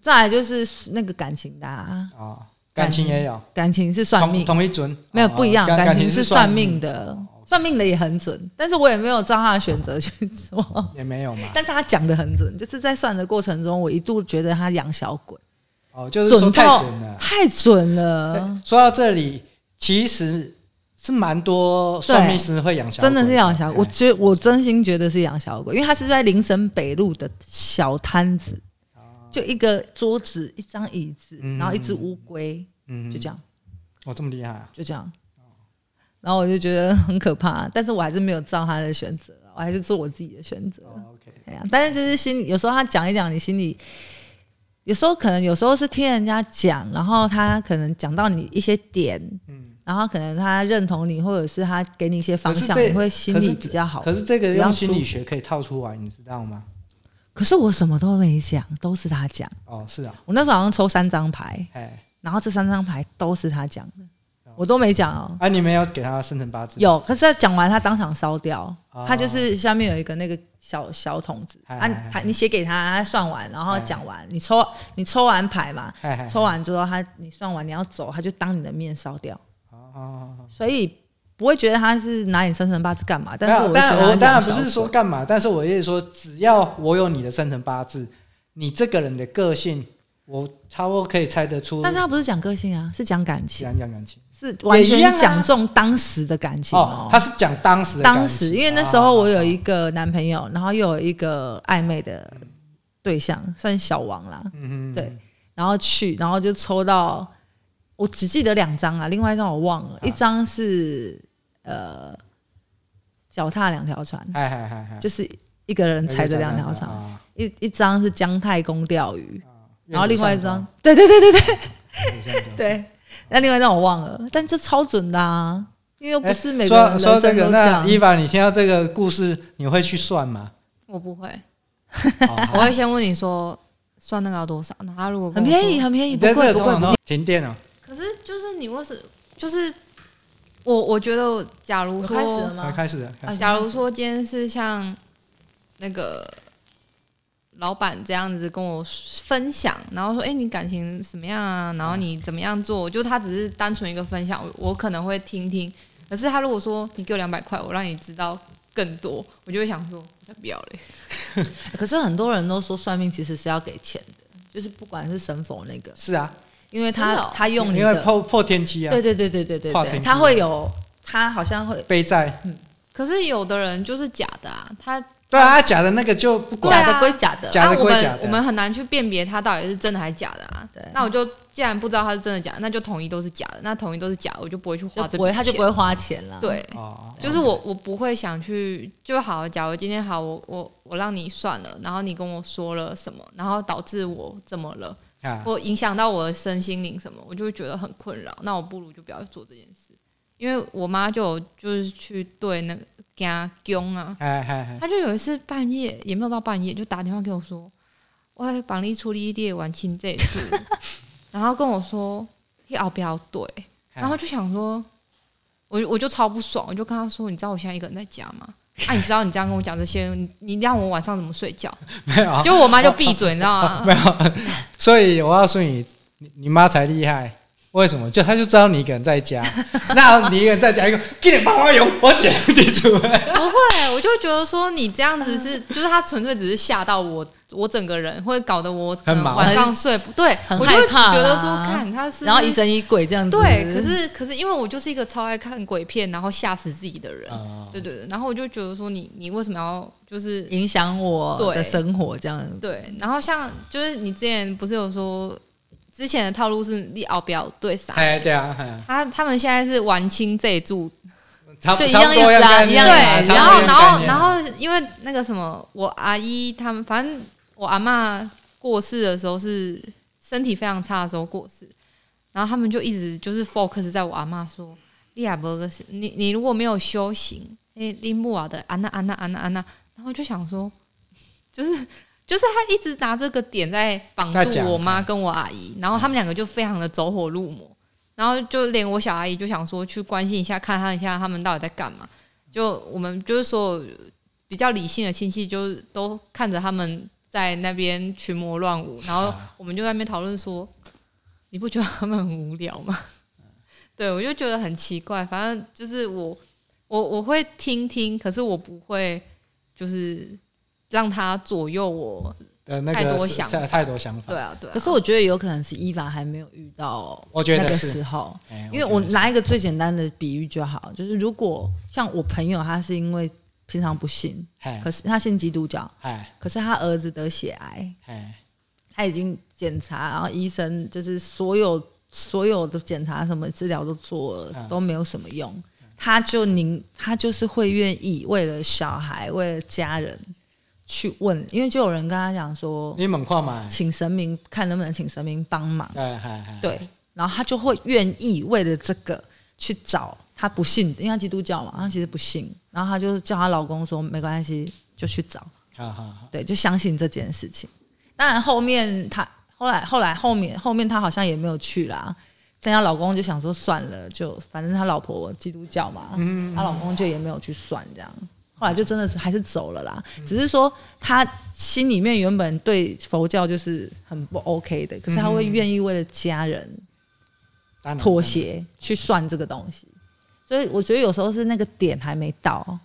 [SPEAKER 2] 再来就是那个感情的、啊，
[SPEAKER 1] 啊，感情也有。
[SPEAKER 2] 感情是算
[SPEAKER 1] 同
[SPEAKER 2] 命，
[SPEAKER 1] 同一尊，
[SPEAKER 2] 没有
[SPEAKER 1] 哦
[SPEAKER 2] 不一样，
[SPEAKER 1] 感
[SPEAKER 2] 感情
[SPEAKER 1] 是哦
[SPEAKER 2] 是算命的，算命的也很准，但是我也没有照他的选择去做，
[SPEAKER 1] 也没有嘛。
[SPEAKER 2] 但是他讲的很准，就是在算的过程中，我一度觉得他养小鬼，
[SPEAKER 1] 哦，就是说
[SPEAKER 2] 准嗯
[SPEAKER 1] 太
[SPEAKER 2] 到
[SPEAKER 1] 准了。
[SPEAKER 2] 太准了。
[SPEAKER 1] 说到这里，其实是蛮多算命师会养小鬼，
[SPEAKER 2] 真的是养小
[SPEAKER 1] 哎
[SPEAKER 2] 鬼，我觉我真心觉得是养小鬼，因为他是在林森北路的小摊子，就一个桌子、一张椅子，
[SPEAKER 1] 啊嗯
[SPEAKER 2] 然后一只乌龟，
[SPEAKER 1] 嗯
[SPEAKER 2] 就这，样，
[SPEAKER 1] 哦，这么厉害啊！
[SPEAKER 2] 就这样。然后我就觉得很可怕，但是我还是没有照他的选择，我还是做我自己的选择。
[SPEAKER 1] 哦，OK，
[SPEAKER 2] 哎呀，但是就是心里有时候他讲一讲，你心里有时候可能有时候是听人家讲，然后他可能讲到你一些点，
[SPEAKER 1] 嗯，
[SPEAKER 2] 然后可能他认同你，或者是他给你一些方
[SPEAKER 1] 可是
[SPEAKER 2] 向，
[SPEAKER 1] 这
[SPEAKER 2] 你会心
[SPEAKER 1] 可是
[SPEAKER 2] 里比较好
[SPEAKER 1] 可是这个
[SPEAKER 2] 比较
[SPEAKER 1] 用心理
[SPEAKER 2] 舒
[SPEAKER 1] 学可以套出来，你知道吗？
[SPEAKER 2] 可是我什么都没讲，都是他讲。
[SPEAKER 1] 哦，是啊，
[SPEAKER 2] 我那时候好像抽三张牌，
[SPEAKER 1] 哎，
[SPEAKER 2] 然后这三张牌都是他讲的，我都没讲哦。
[SPEAKER 1] 啊，你们要给他生辰八字，
[SPEAKER 2] 有，可是他讲完他当场烧掉，
[SPEAKER 1] 哦
[SPEAKER 2] 他就是下面有一个那个小小筒子，
[SPEAKER 1] 嗨
[SPEAKER 2] 啊
[SPEAKER 1] 嗨，
[SPEAKER 2] 他
[SPEAKER 1] 嗨
[SPEAKER 2] 你写给他，他算完，然后
[SPEAKER 1] 嗨
[SPEAKER 2] 讲完，你抽你抽完牌嘛，
[SPEAKER 1] 哎，哎，
[SPEAKER 2] 抽完之后他你算完你要走，他就当你的面烧掉，
[SPEAKER 1] 哦哦，哦
[SPEAKER 2] 所以不会觉得他是拿你生辰八字干嘛，但
[SPEAKER 1] 当然
[SPEAKER 2] 是我会
[SPEAKER 1] 当然
[SPEAKER 2] 觉得
[SPEAKER 1] 我
[SPEAKER 2] 他
[SPEAKER 1] 当然不
[SPEAKER 2] 养小
[SPEAKER 1] 是说
[SPEAKER 2] 鬼
[SPEAKER 1] 干嘛，但是我意思说，只要我有你的生辰八字，你这个人的个性，我差不多可以猜得出。
[SPEAKER 2] 但是他不是讲个性啊，是讲感情，
[SPEAKER 1] 讲讲感情
[SPEAKER 2] 是完
[SPEAKER 1] 也一样
[SPEAKER 2] 全
[SPEAKER 1] 啊
[SPEAKER 2] 讲中当时的感情
[SPEAKER 1] 哦，他是讲当时的感情
[SPEAKER 2] 当时因为那时候我有
[SPEAKER 1] 哦
[SPEAKER 2] 一个男朋友，然后又有一个暧昧的对象，算小王啦，
[SPEAKER 1] 嗯嗯
[SPEAKER 2] 对然后去，然后就抽到，我只记得两张啊，另外一张我忘了，一张是呃脚踏两条船，
[SPEAKER 1] 哎哎哎哎，
[SPEAKER 2] 就是一个人踩着两条船，一一张是姜太公钓鱼，
[SPEAKER 1] 啊
[SPEAKER 2] 然后另外一张，对对对对对对， 那另外一张我忘了，但这超准的啊，因为又不是每个人
[SPEAKER 1] 说说
[SPEAKER 2] 人
[SPEAKER 1] 这
[SPEAKER 2] 生
[SPEAKER 1] 个，
[SPEAKER 2] 都这
[SPEAKER 1] 那
[SPEAKER 2] 样。
[SPEAKER 1] 伊凡，你听到这个故事，你会去算 吗？
[SPEAKER 3] 我不会，
[SPEAKER 1] 好
[SPEAKER 3] 我会先问你说算那个要多少，那他如果跟
[SPEAKER 2] 很
[SPEAKER 3] 我
[SPEAKER 2] 便宜，
[SPEAKER 3] 说，
[SPEAKER 2] 很便宜，
[SPEAKER 1] 哦你
[SPEAKER 2] 不
[SPEAKER 1] 在这
[SPEAKER 2] 贵
[SPEAKER 1] 个
[SPEAKER 2] 不
[SPEAKER 1] 通
[SPEAKER 2] 贵
[SPEAKER 1] 常
[SPEAKER 2] 不
[SPEAKER 1] 都
[SPEAKER 2] 贵。
[SPEAKER 1] 停电了，
[SPEAKER 3] 可是就是你为什就是我我觉得，假如
[SPEAKER 2] 我开始了
[SPEAKER 3] 说，
[SPEAKER 1] 啊
[SPEAKER 2] 吗？
[SPEAKER 1] 开始了，开始
[SPEAKER 2] 啊
[SPEAKER 3] 假如说今天是像那个老板这样子跟我分享，然后说，哎、你感情怎么样啊？然后
[SPEAKER 2] 嗯
[SPEAKER 3] 你怎么样做？就他只是单纯一个分享，我我可能会听听。可是他如果说你给我两百块，我让你知道更多，我就会想说，我才不要嘞。
[SPEAKER 2] 可是很多人都说算命其实是要给钱的，就是不管是神佛那个，
[SPEAKER 1] 是啊，
[SPEAKER 2] 因为他、
[SPEAKER 3] 真的哦
[SPEAKER 2] 他用你
[SPEAKER 1] 因为
[SPEAKER 2] 的，
[SPEAKER 1] 破破天机啊
[SPEAKER 2] 对，对对对对对
[SPEAKER 1] 跨天
[SPEAKER 2] 对，
[SPEAKER 1] 机
[SPEAKER 2] 他会有，他好像会
[SPEAKER 1] 背债，
[SPEAKER 3] 可是有的人就是假的啊，他
[SPEAKER 1] 对啊，他假的那个就不管
[SPEAKER 3] 对啊
[SPEAKER 2] 假的归假的，
[SPEAKER 1] 假的
[SPEAKER 3] 啊、我
[SPEAKER 1] 归假的
[SPEAKER 3] 们我们很难去辨别他到底是真的还是假的啊。
[SPEAKER 2] 对
[SPEAKER 3] 那我就既然不知道他是真的假的，那就统一都是假的。那统一都是假的，我就不会去花
[SPEAKER 2] 就
[SPEAKER 3] 这笔
[SPEAKER 2] 不会
[SPEAKER 3] 钱。
[SPEAKER 2] 他就不会花钱了。，
[SPEAKER 3] 对，
[SPEAKER 1] 哦，
[SPEAKER 3] 就是我我不会想去就好。假如今天好，我我我让你算了，然后你跟我说了什么，然后导致我怎么了，
[SPEAKER 1] 啊，
[SPEAKER 3] 或影响到我的身心灵什么，我就会觉得很困扰。那我不如就不要做这件事，因为我妈就有就是去对那个家公啊，
[SPEAKER 1] 哎哎
[SPEAKER 3] 他就有一次半夜，也没有到半夜，就打电话给我说：“我帮你处理一点晚清这住， 然后跟我说你要不要对？”
[SPEAKER 1] 哎，
[SPEAKER 3] 然后就想说，我我就超不爽，我就跟他说：“你知道我现在一个人在家 吗？啊，你知道你这样跟我讲这些，你你让我晚上怎么睡觉
[SPEAKER 1] 没有？”啊，
[SPEAKER 3] 结果我妈就闭嘴，你知道吗？
[SPEAKER 1] 没有，所以我告诉你，你你妈才厉害。为什么？就她就知道你一个人在家，那你一个人在家，一个给你帮我用，我姐地主。
[SPEAKER 3] 不会，我就觉得说你这样 子是，就是他纯粹只是吓到我，我整个人会搞得我可
[SPEAKER 1] 很
[SPEAKER 3] 能
[SPEAKER 1] 忙
[SPEAKER 3] 晚上睡不对，
[SPEAKER 2] 很
[SPEAKER 3] 我就会
[SPEAKER 2] 害怕
[SPEAKER 3] 觉得
[SPEAKER 2] 啦
[SPEAKER 3] 说看他是不是
[SPEAKER 2] 然后疑嗯神疑鬼这样子。
[SPEAKER 3] 对，可是可是因为我就是一个超爱看鬼片，然后吓死自己的人，
[SPEAKER 1] 哦
[SPEAKER 3] 对对对，然后我就觉得说你你为什么要就是
[SPEAKER 2] 影响我
[SPEAKER 3] 对
[SPEAKER 2] 的生活这样。
[SPEAKER 3] 对，然后像就是你之前不是有说之前的套路是你熬不要对啥，
[SPEAKER 1] 哎，对啊，哎
[SPEAKER 3] 他他们现在是玩清这一注，
[SPEAKER 1] 差不
[SPEAKER 2] 就一
[SPEAKER 1] 差
[SPEAKER 2] 样
[SPEAKER 1] 不多
[SPEAKER 2] 意思啊
[SPEAKER 1] 概念
[SPEAKER 2] 一样
[SPEAKER 1] 啊
[SPEAKER 2] 意思
[SPEAKER 1] 差
[SPEAKER 3] 然
[SPEAKER 1] 不多
[SPEAKER 3] 后
[SPEAKER 1] 一样
[SPEAKER 3] 然后
[SPEAKER 1] 概念啊
[SPEAKER 3] 然后因为那个什么，我阿姨他们反正我阿嬷过世的时候是身体非常差的时候过世，然后他们就一直就是 focus 在我阿嬷说，利亚伯格是，你你如果没有修行，诶，利穆瓦的安娜安娜安娜安娜，然后就想说， 就是。就是他一直拿这个点在绑
[SPEAKER 1] 在
[SPEAKER 3] 住
[SPEAKER 1] 讲
[SPEAKER 3] 我妈跟我阿姨，然后他们两个就非常的走火入魔，然后就连我小阿姨就想说去关心一下，看他一下他们到底在干嘛。就我们就是所有比较理性的亲戚，就是都看着他们在那边群魔乱舞，然后我们就在那边讨论说，你不觉得他们很无聊吗？对，我就觉得很奇怪。反正就是我，我我会听听，可是我不会就是让他左右我。
[SPEAKER 1] 呃那个
[SPEAKER 3] 太多
[SPEAKER 1] 是
[SPEAKER 3] 想
[SPEAKER 1] 是
[SPEAKER 3] 法
[SPEAKER 1] 太多想法
[SPEAKER 3] 对，啊，对啊。
[SPEAKER 2] 可是我觉得有可能是伊凡还没有遇到
[SPEAKER 1] 我觉
[SPEAKER 2] 那
[SPEAKER 1] 得
[SPEAKER 2] 个
[SPEAKER 1] 是
[SPEAKER 2] 时，候，
[SPEAKER 1] 哎
[SPEAKER 2] 因为我
[SPEAKER 1] 觉得是
[SPEAKER 2] 拿一个最简单的比喻就好，就是如果像我朋友，他是因为平常不信，
[SPEAKER 1] 哎
[SPEAKER 2] 可是他信基督教，
[SPEAKER 1] 哎
[SPEAKER 2] 可是他儿子得血癌，
[SPEAKER 1] 哎
[SPEAKER 2] 他已经检查，然后医生就是所有所有的检查什么治疗都做了
[SPEAKER 1] 嗯，
[SPEAKER 2] 都没有什么用。他就宁，他就是会愿意为了小孩，为了家人去问，因为就有人跟他讲说，
[SPEAKER 1] 你猛跨嘛，
[SPEAKER 2] 请神明看能不能请神明帮忙。
[SPEAKER 1] 对，哎哎
[SPEAKER 2] 对，然后他就会愿意为了这个去找他不信的，因为他基督教嘛，他其实不信，然后他就叫她老公说没关系，就去找，
[SPEAKER 1] 好好好，
[SPEAKER 2] 对，就相信这件事情。当然后面她后来后来后面后面她好像也没有去啦，但她老公就想说算了，就反正她老婆基督教嘛，她老公就也没有去算这样。后来就真的是还是走了啦，只是说她心里面原本对佛教就是很不 OK 的，可是她会愿意为了家人
[SPEAKER 1] 当然嗯
[SPEAKER 2] 妥协去算这个东西，所以我觉得有时候是那个点还没到。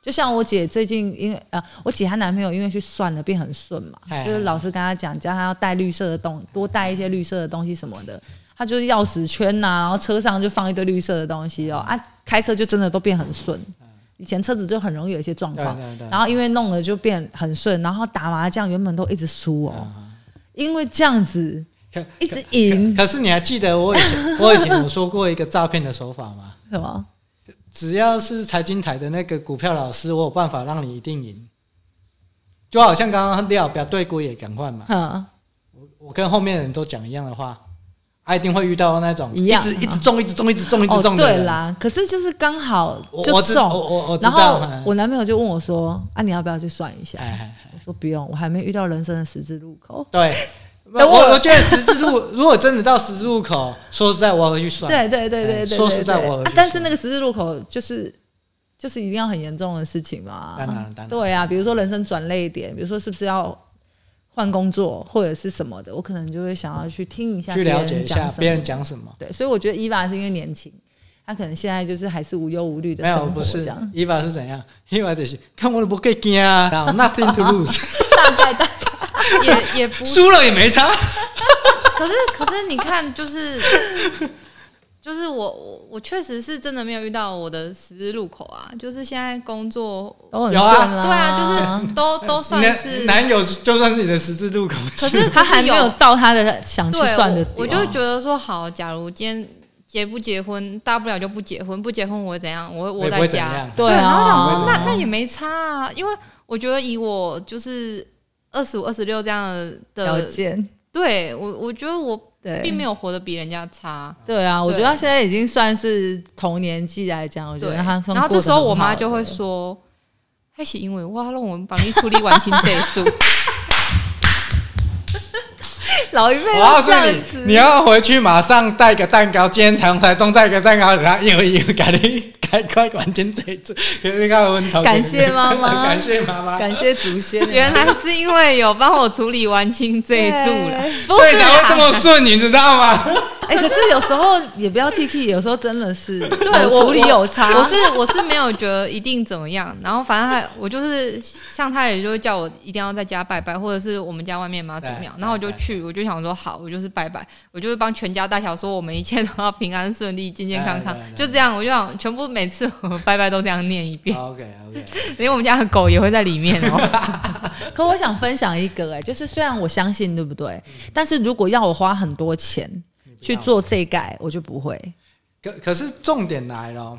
[SPEAKER 2] 就像我姐最近因为呃，我姐她男朋友因为去算了变很顺嘛，
[SPEAKER 1] 哎
[SPEAKER 2] 就是老师跟她讲，叫她要带绿色的东，多带一些绿色的东西什么的。她就是钥匙圈呐、然后车上就放一堆绿色的东西哦，啊，开车就真的都变很顺。以前车子就很容易有一些状
[SPEAKER 1] 嗯对
[SPEAKER 2] 况，
[SPEAKER 1] 对对，
[SPEAKER 2] 然后因为弄了就变很顺，然后打麻将原本都一直输哦，
[SPEAKER 1] 嗯
[SPEAKER 2] 因为这样子
[SPEAKER 1] 可
[SPEAKER 2] 一直赢，
[SPEAKER 1] 可是你还记得我以前我以前有说过一个诈骗的手法吗？
[SPEAKER 2] 什么？
[SPEAKER 1] 只要是财经台的那个股票老师，我有办法让你一定赢。就好像刚刚廖表对股也敢换嘛，
[SPEAKER 2] 哼，
[SPEAKER 1] 我跟后面的人都讲一样的话，啊，一定会遇到那种
[SPEAKER 2] 一样
[SPEAKER 1] 直一直中、一直中、一直中、一直
[SPEAKER 2] 哦，
[SPEAKER 1] 中的
[SPEAKER 2] 对
[SPEAKER 1] 人。
[SPEAKER 2] 啦，可是就是刚好
[SPEAKER 1] 我
[SPEAKER 2] 就
[SPEAKER 1] 我知我
[SPEAKER 2] 中，
[SPEAKER 1] 我我知
[SPEAKER 2] 然
[SPEAKER 1] 道嗯
[SPEAKER 2] 后
[SPEAKER 1] 嘛，
[SPEAKER 2] 我男朋友就问我说：“啊，你要不要去算一下
[SPEAKER 1] 哎，哎？”
[SPEAKER 2] 我说：“不用，我还没遇到人生的十字路口。
[SPEAKER 1] 对，
[SPEAKER 2] 等
[SPEAKER 1] 我
[SPEAKER 2] 我
[SPEAKER 1] 我觉得十字路， 如果真的到十字路口，说实在，我会去”算。哎
[SPEAKER 2] 对对对对对，对
[SPEAKER 1] 说实在
[SPEAKER 2] 对
[SPEAKER 1] 我有
[SPEAKER 2] 啊
[SPEAKER 1] 去
[SPEAKER 2] 但是
[SPEAKER 1] 算
[SPEAKER 2] 那个十字路口就是就是一定要很严重的事情嘛，
[SPEAKER 1] 当然当然
[SPEAKER 2] 对啊，比如说人生转泪点，比如说是不是要换工作或者是什么的，我可能就会想要去听一下，
[SPEAKER 1] 去了解一下别人
[SPEAKER 2] 讲
[SPEAKER 1] 讲什么。
[SPEAKER 2] 什么。对，所以我觉得伊娃是因为年轻，她可能现在就是还是无忧无虑的
[SPEAKER 1] 没有，
[SPEAKER 2] 生活，
[SPEAKER 1] 不
[SPEAKER 2] 这
[SPEAKER 1] 是
[SPEAKER 2] 样
[SPEAKER 1] 伊娃是怎样？伊娃就是看我都不给惊啊然后，nothing to lose，
[SPEAKER 2] 大概大
[SPEAKER 3] 也也 不
[SPEAKER 1] 输了也没差。
[SPEAKER 3] 可是可是你看，就是就是我我我确实是真的没有遇到我的十字路口啊，就是现在工作，
[SPEAKER 2] 都很
[SPEAKER 1] 有
[SPEAKER 2] 顺
[SPEAKER 1] 啊
[SPEAKER 3] 对啊，就是都都算
[SPEAKER 1] 你的
[SPEAKER 3] 是，
[SPEAKER 1] 男友就算是你的十字路口，
[SPEAKER 3] 可是
[SPEAKER 2] 他还没
[SPEAKER 3] 可是
[SPEAKER 2] 有到他的想嗯去
[SPEAKER 3] 对
[SPEAKER 2] 算的
[SPEAKER 3] 我，我
[SPEAKER 2] 点哦
[SPEAKER 3] 就觉得说好，假如今天结不结婚，大不了就不结婚，不结婚我会怎样？我会
[SPEAKER 1] 我也
[SPEAKER 3] 窝
[SPEAKER 1] 不会
[SPEAKER 3] 在
[SPEAKER 1] 怎
[SPEAKER 3] 家，
[SPEAKER 1] 样。
[SPEAKER 2] 对
[SPEAKER 3] 然后
[SPEAKER 2] 啊
[SPEAKER 3] 想，说那那也没差啊，因为我觉得以我就是二十五、二十六这样的
[SPEAKER 2] 条
[SPEAKER 3] 的，
[SPEAKER 2] 件
[SPEAKER 3] 对我我觉得我并
[SPEAKER 2] 对
[SPEAKER 3] 没有活得比人家差。
[SPEAKER 2] 对啊，我觉
[SPEAKER 3] 对
[SPEAKER 2] 得他现在已经算是同年纪来讲，我觉
[SPEAKER 3] 对，
[SPEAKER 2] 得他算
[SPEAKER 3] 然后
[SPEAKER 2] 过
[SPEAKER 3] 这
[SPEAKER 2] 得
[SPEAKER 3] 时候
[SPEAKER 2] 很
[SPEAKER 3] 我妈
[SPEAKER 2] 好
[SPEAKER 3] 就会
[SPEAKER 2] 了
[SPEAKER 3] 说：“还是因为我让我们帮你处理完清这一组。
[SPEAKER 2] 老一辈
[SPEAKER 1] 我告诉
[SPEAKER 2] 都啊这样
[SPEAKER 1] 你，你
[SPEAKER 2] 子，
[SPEAKER 1] 要回去马上带个蛋糕，今天从台东带个蛋糕，然后又又赶紧赶快完成这一次，给你看我头。
[SPEAKER 2] 感谢妈妈
[SPEAKER 1] 感谢妈妈，
[SPEAKER 2] 感谢祖先”，欸
[SPEAKER 3] 原来是因为有帮我处理完清这一组了，不
[SPEAKER 1] 所以
[SPEAKER 3] 是
[SPEAKER 1] 才会这
[SPEAKER 3] 啦。
[SPEAKER 1] 么顺，你知道吗？
[SPEAKER 2] 哎、可是有时候也不要 T K，有时候真的是
[SPEAKER 3] 对
[SPEAKER 2] 对
[SPEAKER 3] 我
[SPEAKER 2] 处理有差，
[SPEAKER 1] 啊
[SPEAKER 3] 我是我是没有觉得一定怎么样，然后反正他我就是像他也就会叫我一定要在家拜拜，或者是我们家外面妈祖
[SPEAKER 1] 对
[SPEAKER 3] 庙，然后我就去，我就想说好，我就是拜拜，我就是帮全家大小说我们一切都要平安顺利、健健康康
[SPEAKER 1] 对对，对哦
[SPEAKER 3] 就这样，我就想全部每次我拜拜都这样念一遍，
[SPEAKER 1] OK OK，
[SPEAKER 3] 连我们家的狗也会在里面哦。
[SPEAKER 2] 可我想分享一个、哎，就是虽然我相信对不对，但是如果要我花很多钱去做这一改，我就不会。
[SPEAKER 1] 可可是重点来了，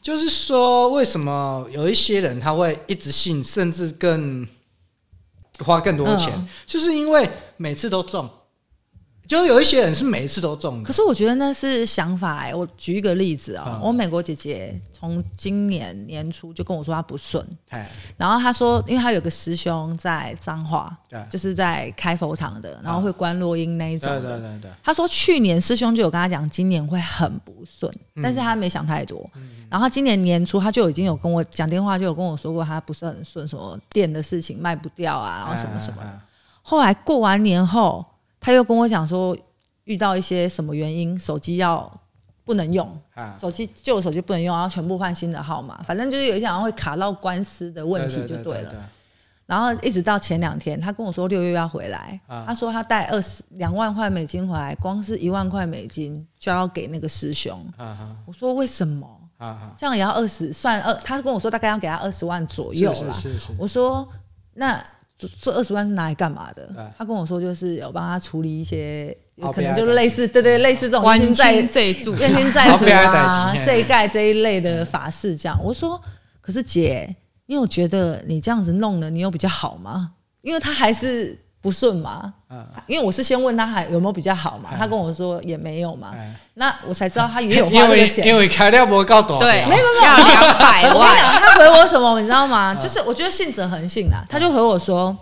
[SPEAKER 1] 就是说为什么有一些人他会一直信，甚至更花更多钱，
[SPEAKER 2] 嗯
[SPEAKER 1] 就是因为每次都中，就是有一些人是每一次都中
[SPEAKER 2] 可
[SPEAKER 1] 的。
[SPEAKER 2] 是我觉得那是想法、哎，我举一个例子啊、
[SPEAKER 1] 嗯
[SPEAKER 2] 我美国姐姐从今年年初就跟我说她不顺，
[SPEAKER 1] 哎，
[SPEAKER 2] 然后她说，因为她有个师兄在彰化，
[SPEAKER 1] 对
[SPEAKER 2] 就是在开佛堂的，然后会关落音那一
[SPEAKER 1] 嗯
[SPEAKER 2] 种
[SPEAKER 1] 对
[SPEAKER 2] 的。
[SPEAKER 1] 对对对，
[SPEAKER 2] 他说去年师兄就有跟他讲，今年会很不顺，
[SPEAKER 1] 嗯
[SPEAKER 2] 但是他没想太多。然后今年年初他就已经有跟我讲电话，就有跟我说过他不是很顺，什么店的事情卖不掉啊，然后什么什么。
[SPEAKER 1] 么，
[SPEAKER 2] 后来过完年后，他又跟我讲说遇到一些什么原因，手机要不能用，
[SPEAKER 1] 啊，
[SPEAKER 2] 手机旧的手机不能用，然后全部换新的号码，反正就是有一些好像会卡到官司的问题就对了。
[SPEAKER 1] 了。
[SPEAKER 2] 然后一直到前两天，他跟我说六月要回来，
[SPEAKER 1] 啊
[SPEAKER 2] 他说他带二十两万块美金回来，光是一万块美金就要给那个师兄。
[SPEAKER 1] 啊哈
[SPEAKER 2] 我说为什么？
[SPEAKER 1] 啊哈，
[SPEAKER 2] 这样也要二十？算二，他跟我说大概要给他二十万左右
[SPEAKER 1] 是
[SPEAKER 2] 啦。
[SPEAKER 1] 是是是，
[SPEAKER 2] 我说那这这二十万是拿来干嘛
[SPEAKER 1] 对
[SPEAKER 2] 的？他跟我说就是有帮他处理一些，
[SPEAKER 1] 哎好
[SPEAKER 2] 可能
[SPEAKER 1] 不要
[SPEAKER 2] 就是
[SPEAKER 1] 的
[SPEAKER 2] 类似对对类似这种
[SPEAKER 3] 完
[SPEAKER 2] 冤亲债
[SPEAKER 3] 清这一组，
[SPEAKER 2] 冤亲债
[SPEAKER 1] 好
[SPEAKER 2] 主
[SPEAKER 1] 悲哀的
[SPEAKER 2] 啊
[SPEAKER 1] 代、志
[SPEAKER 2] 这一盖这一类的法事这
[SPEAKER 1] 嗯
[SPEAKER 2] 样。我说，可是姐，你有觉得你这样子弄了，你有比较好吗？因为他还是不顺嘛。
[SPEAKER 1] 嗯，
[SPEAKER 2] 因为我是先问他还有没有比较好嘛，
[SPEAKER 1] 嗯
[SPEAKER 2] 他跟我说也没有嘛，
[SPEAKER 1] 哎
[SPEAKER 2] 那我才知道他 啊也有花
[SPEAKER 1] 因
[SPEAKER 2] 这个
[SPEAKER 1] 为
[SPEAKER 2] 钱。
[SPEAKER 1] 因为开料不够多，
[SPEAKER 3] 对，
[SPEAKER 1] 没
[SPEAKER 3] 要两
[SPEAKER 1] 哎
[SPEAKER 3] 百
[SPEAKER 2] 哎我跟你
[SPEAKER 3] 万，
[SPEAKER 2] 讲，他回我什么，你知道吗？
[SPEAKER 1] 嗯
[SPEAKER 2] 就是我觉得信者恒信啦，他就回我说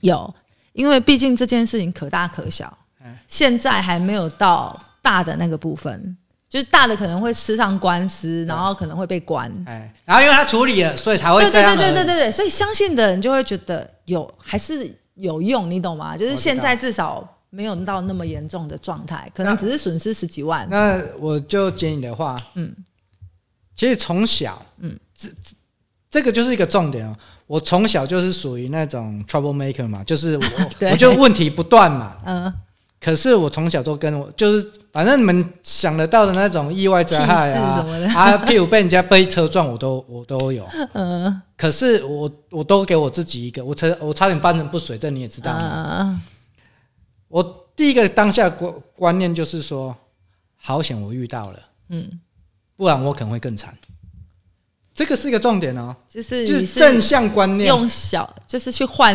[SPEAKER 2] 有，因为毕竟这件事情可大可小
[SPEAKER 1] 嗯，
[SPEAKER 2] 现在还没有到大的那个部分，就是大的可能会吃上官
[SPEAKER 1] 嗯
[SPEAKER 2] 司，然后可能会被关。
[SPEAKER 1] 哎，然后因为他处理了，所以才会哦
[SPEAKER 2] 对
[SPEAKER 1] 这
[SPEAKER 2] 对
[SPEAKER 1] 样啊
[SPEAKER 2] 对
[SPEAKER 1] 而已。
[SPEAKER 2] 对对对对，所以相信的人就会觉得有还是有用，你懂吗？就
[SPEAKER 1] 我
[SPEAKER 2] 是
[SPEAKER 1] 知
[SPEAKER 2] 现
[SPEAKER 1] 道
[SPEAKER 2] 在至少没有到那么严重的状态，可
[SPEAKER 1] 那
[SPEAKER 2] 能只是损失十几万。
[SPEAKER 1] 那我就接你的话，
[SPEAKER 2] 嗯，
[SPEAKER 1] 其实从小，嗯
[SPEAKER 2] 嗯，
[SPEAKER 1] 这这个就是一个重点哦。我从小就是属于那种 trouble maker 嘛，就是我
[SPEAKER 2] 对
[SPEAKER 1] 我就问题不断嘛。
[SPEAKER 2] 嗯，
[SPEAKER 1] 可是我从小都跟我就是，反正你们想得到的那种意外
[SPEAKER 2] 气
[SPEAKER 1] 灾
[SPEAKER 2] 势
[SPEAKER 1] 害
[SPEAKER 2] 什
[SPEAKER 1] 啊，
[SPEAKER 2] 么的，
[SPEAKER 1] 啊屁股被人家被车撞，我都我都有。
[SPEAKER 2] 嗯，
[SPEAKER 1] 可是我我都给我自己一个，我差我差点半身不遂，这你也知道嘛。
[SPEAKER 2] 嗯
[SPEAKER 1] 我第一个当下观观念就是说，好险我遇到了，
[SPEAKER 2] 嗯，
[SPEAKER 1] 不然我可能会更惨。这个是一个重点哦，
[SPEAKER 2] 就是
[SPEAKER 1] 就是
[SPEAKER 2] 你
[SPEAKER 1] 正
[SPEAKER 2] 是
[SPEAKER 1] 向观念。哦
[SPEAKER 2] 用小，就是去换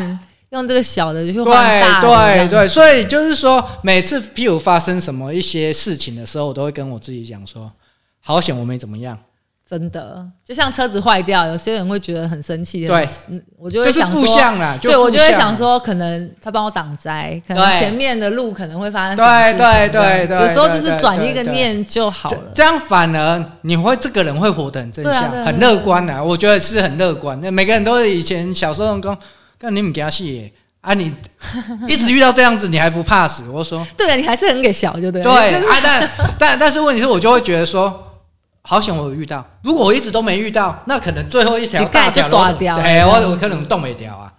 [SPEAKER 2] 用这个小的去换大的这
[SPEAKER 1] 对对
[SPEAKER 2] 样
[SPEAKER 1] 对，所以就是说，每次譬如发生什么一些事情的时候，我都会跟我自己讲说，好险我没怎么样。
[SPEAKER 2] 真的，就像车子坏掉，有些人会觉得很生气。
[SPEAKER 1] 对
[SPEAKER 2] 很，我就
[SPEAKER 1] 这
[SPEAKER 2] 会
[SPEAKER 1] 是
[SPEAKER 2] 想
[SPEAKER 1] 负
[SPEAKER 2] 说，
[SPEAKER 1] 向啦，就
[SPEAKER 2] 对我就会
[SPEAKER 1] 负向啊
[SPEAKER 2] 想，说，可能他帮我挡灾，可能
[SPEAKER 3] 对
[SPEAKER 2] 前面的路可能会发生什么
[SPEAKER 1] 对
[SPEAKER 2] 事情
[SPEAKER 1] 对
[SPEAKER 2] 这样
[SPEAKER 1] 对对，
[SPEAKER 2] 有时候
[SPEAKER 1] 对
[SPEAKER 2] 就是
[SPEAKER 1] 对
[SPEAKER 2] 转
[SPEAKER 1] 对
[SPEAKER 2] 一个
[SPEAKER 1] 对
[SPEAKER 2] 念就好
[SPEAKER 1] 这
[SPEAKER 2] 了。
[SPEAKER 1] 这样反而你会这个人会活得很正
[SPEAKER 2] 对啊
[SPEAKER 1] 向，
[SPEAKER 2] 对啊
[SPEAKER 1] 很乐观啊。我觉得是很乐观。那每个人都以前小时候讲，干你们给他戏耶啊， 你一直遇到这样子，你还不怕死？我说
[SPEAKER 2] 对，你还是很给小，就对
[SPEAKER 1] 对
[SPEAKER 2] 了。就是
[SPEAKER 1] 啊， 但但但是问题是我就会觉得说。好险我有遇到，如果我一直都没遇到，那可能最后一条
[SPEAKER 2] 一
[SPEAKER 1] 大
[SPEAKER 2] 盖就
[SPEAKER 1] 条路
[SPEAKER 2] 断掉了
[SPEAKER 1] 哎，
[SPEAKER 2] 这样
[SPEAKER 1] 我
[SPEAKER 2] 子
[SPEAKER 1] 我可能动不掉啊。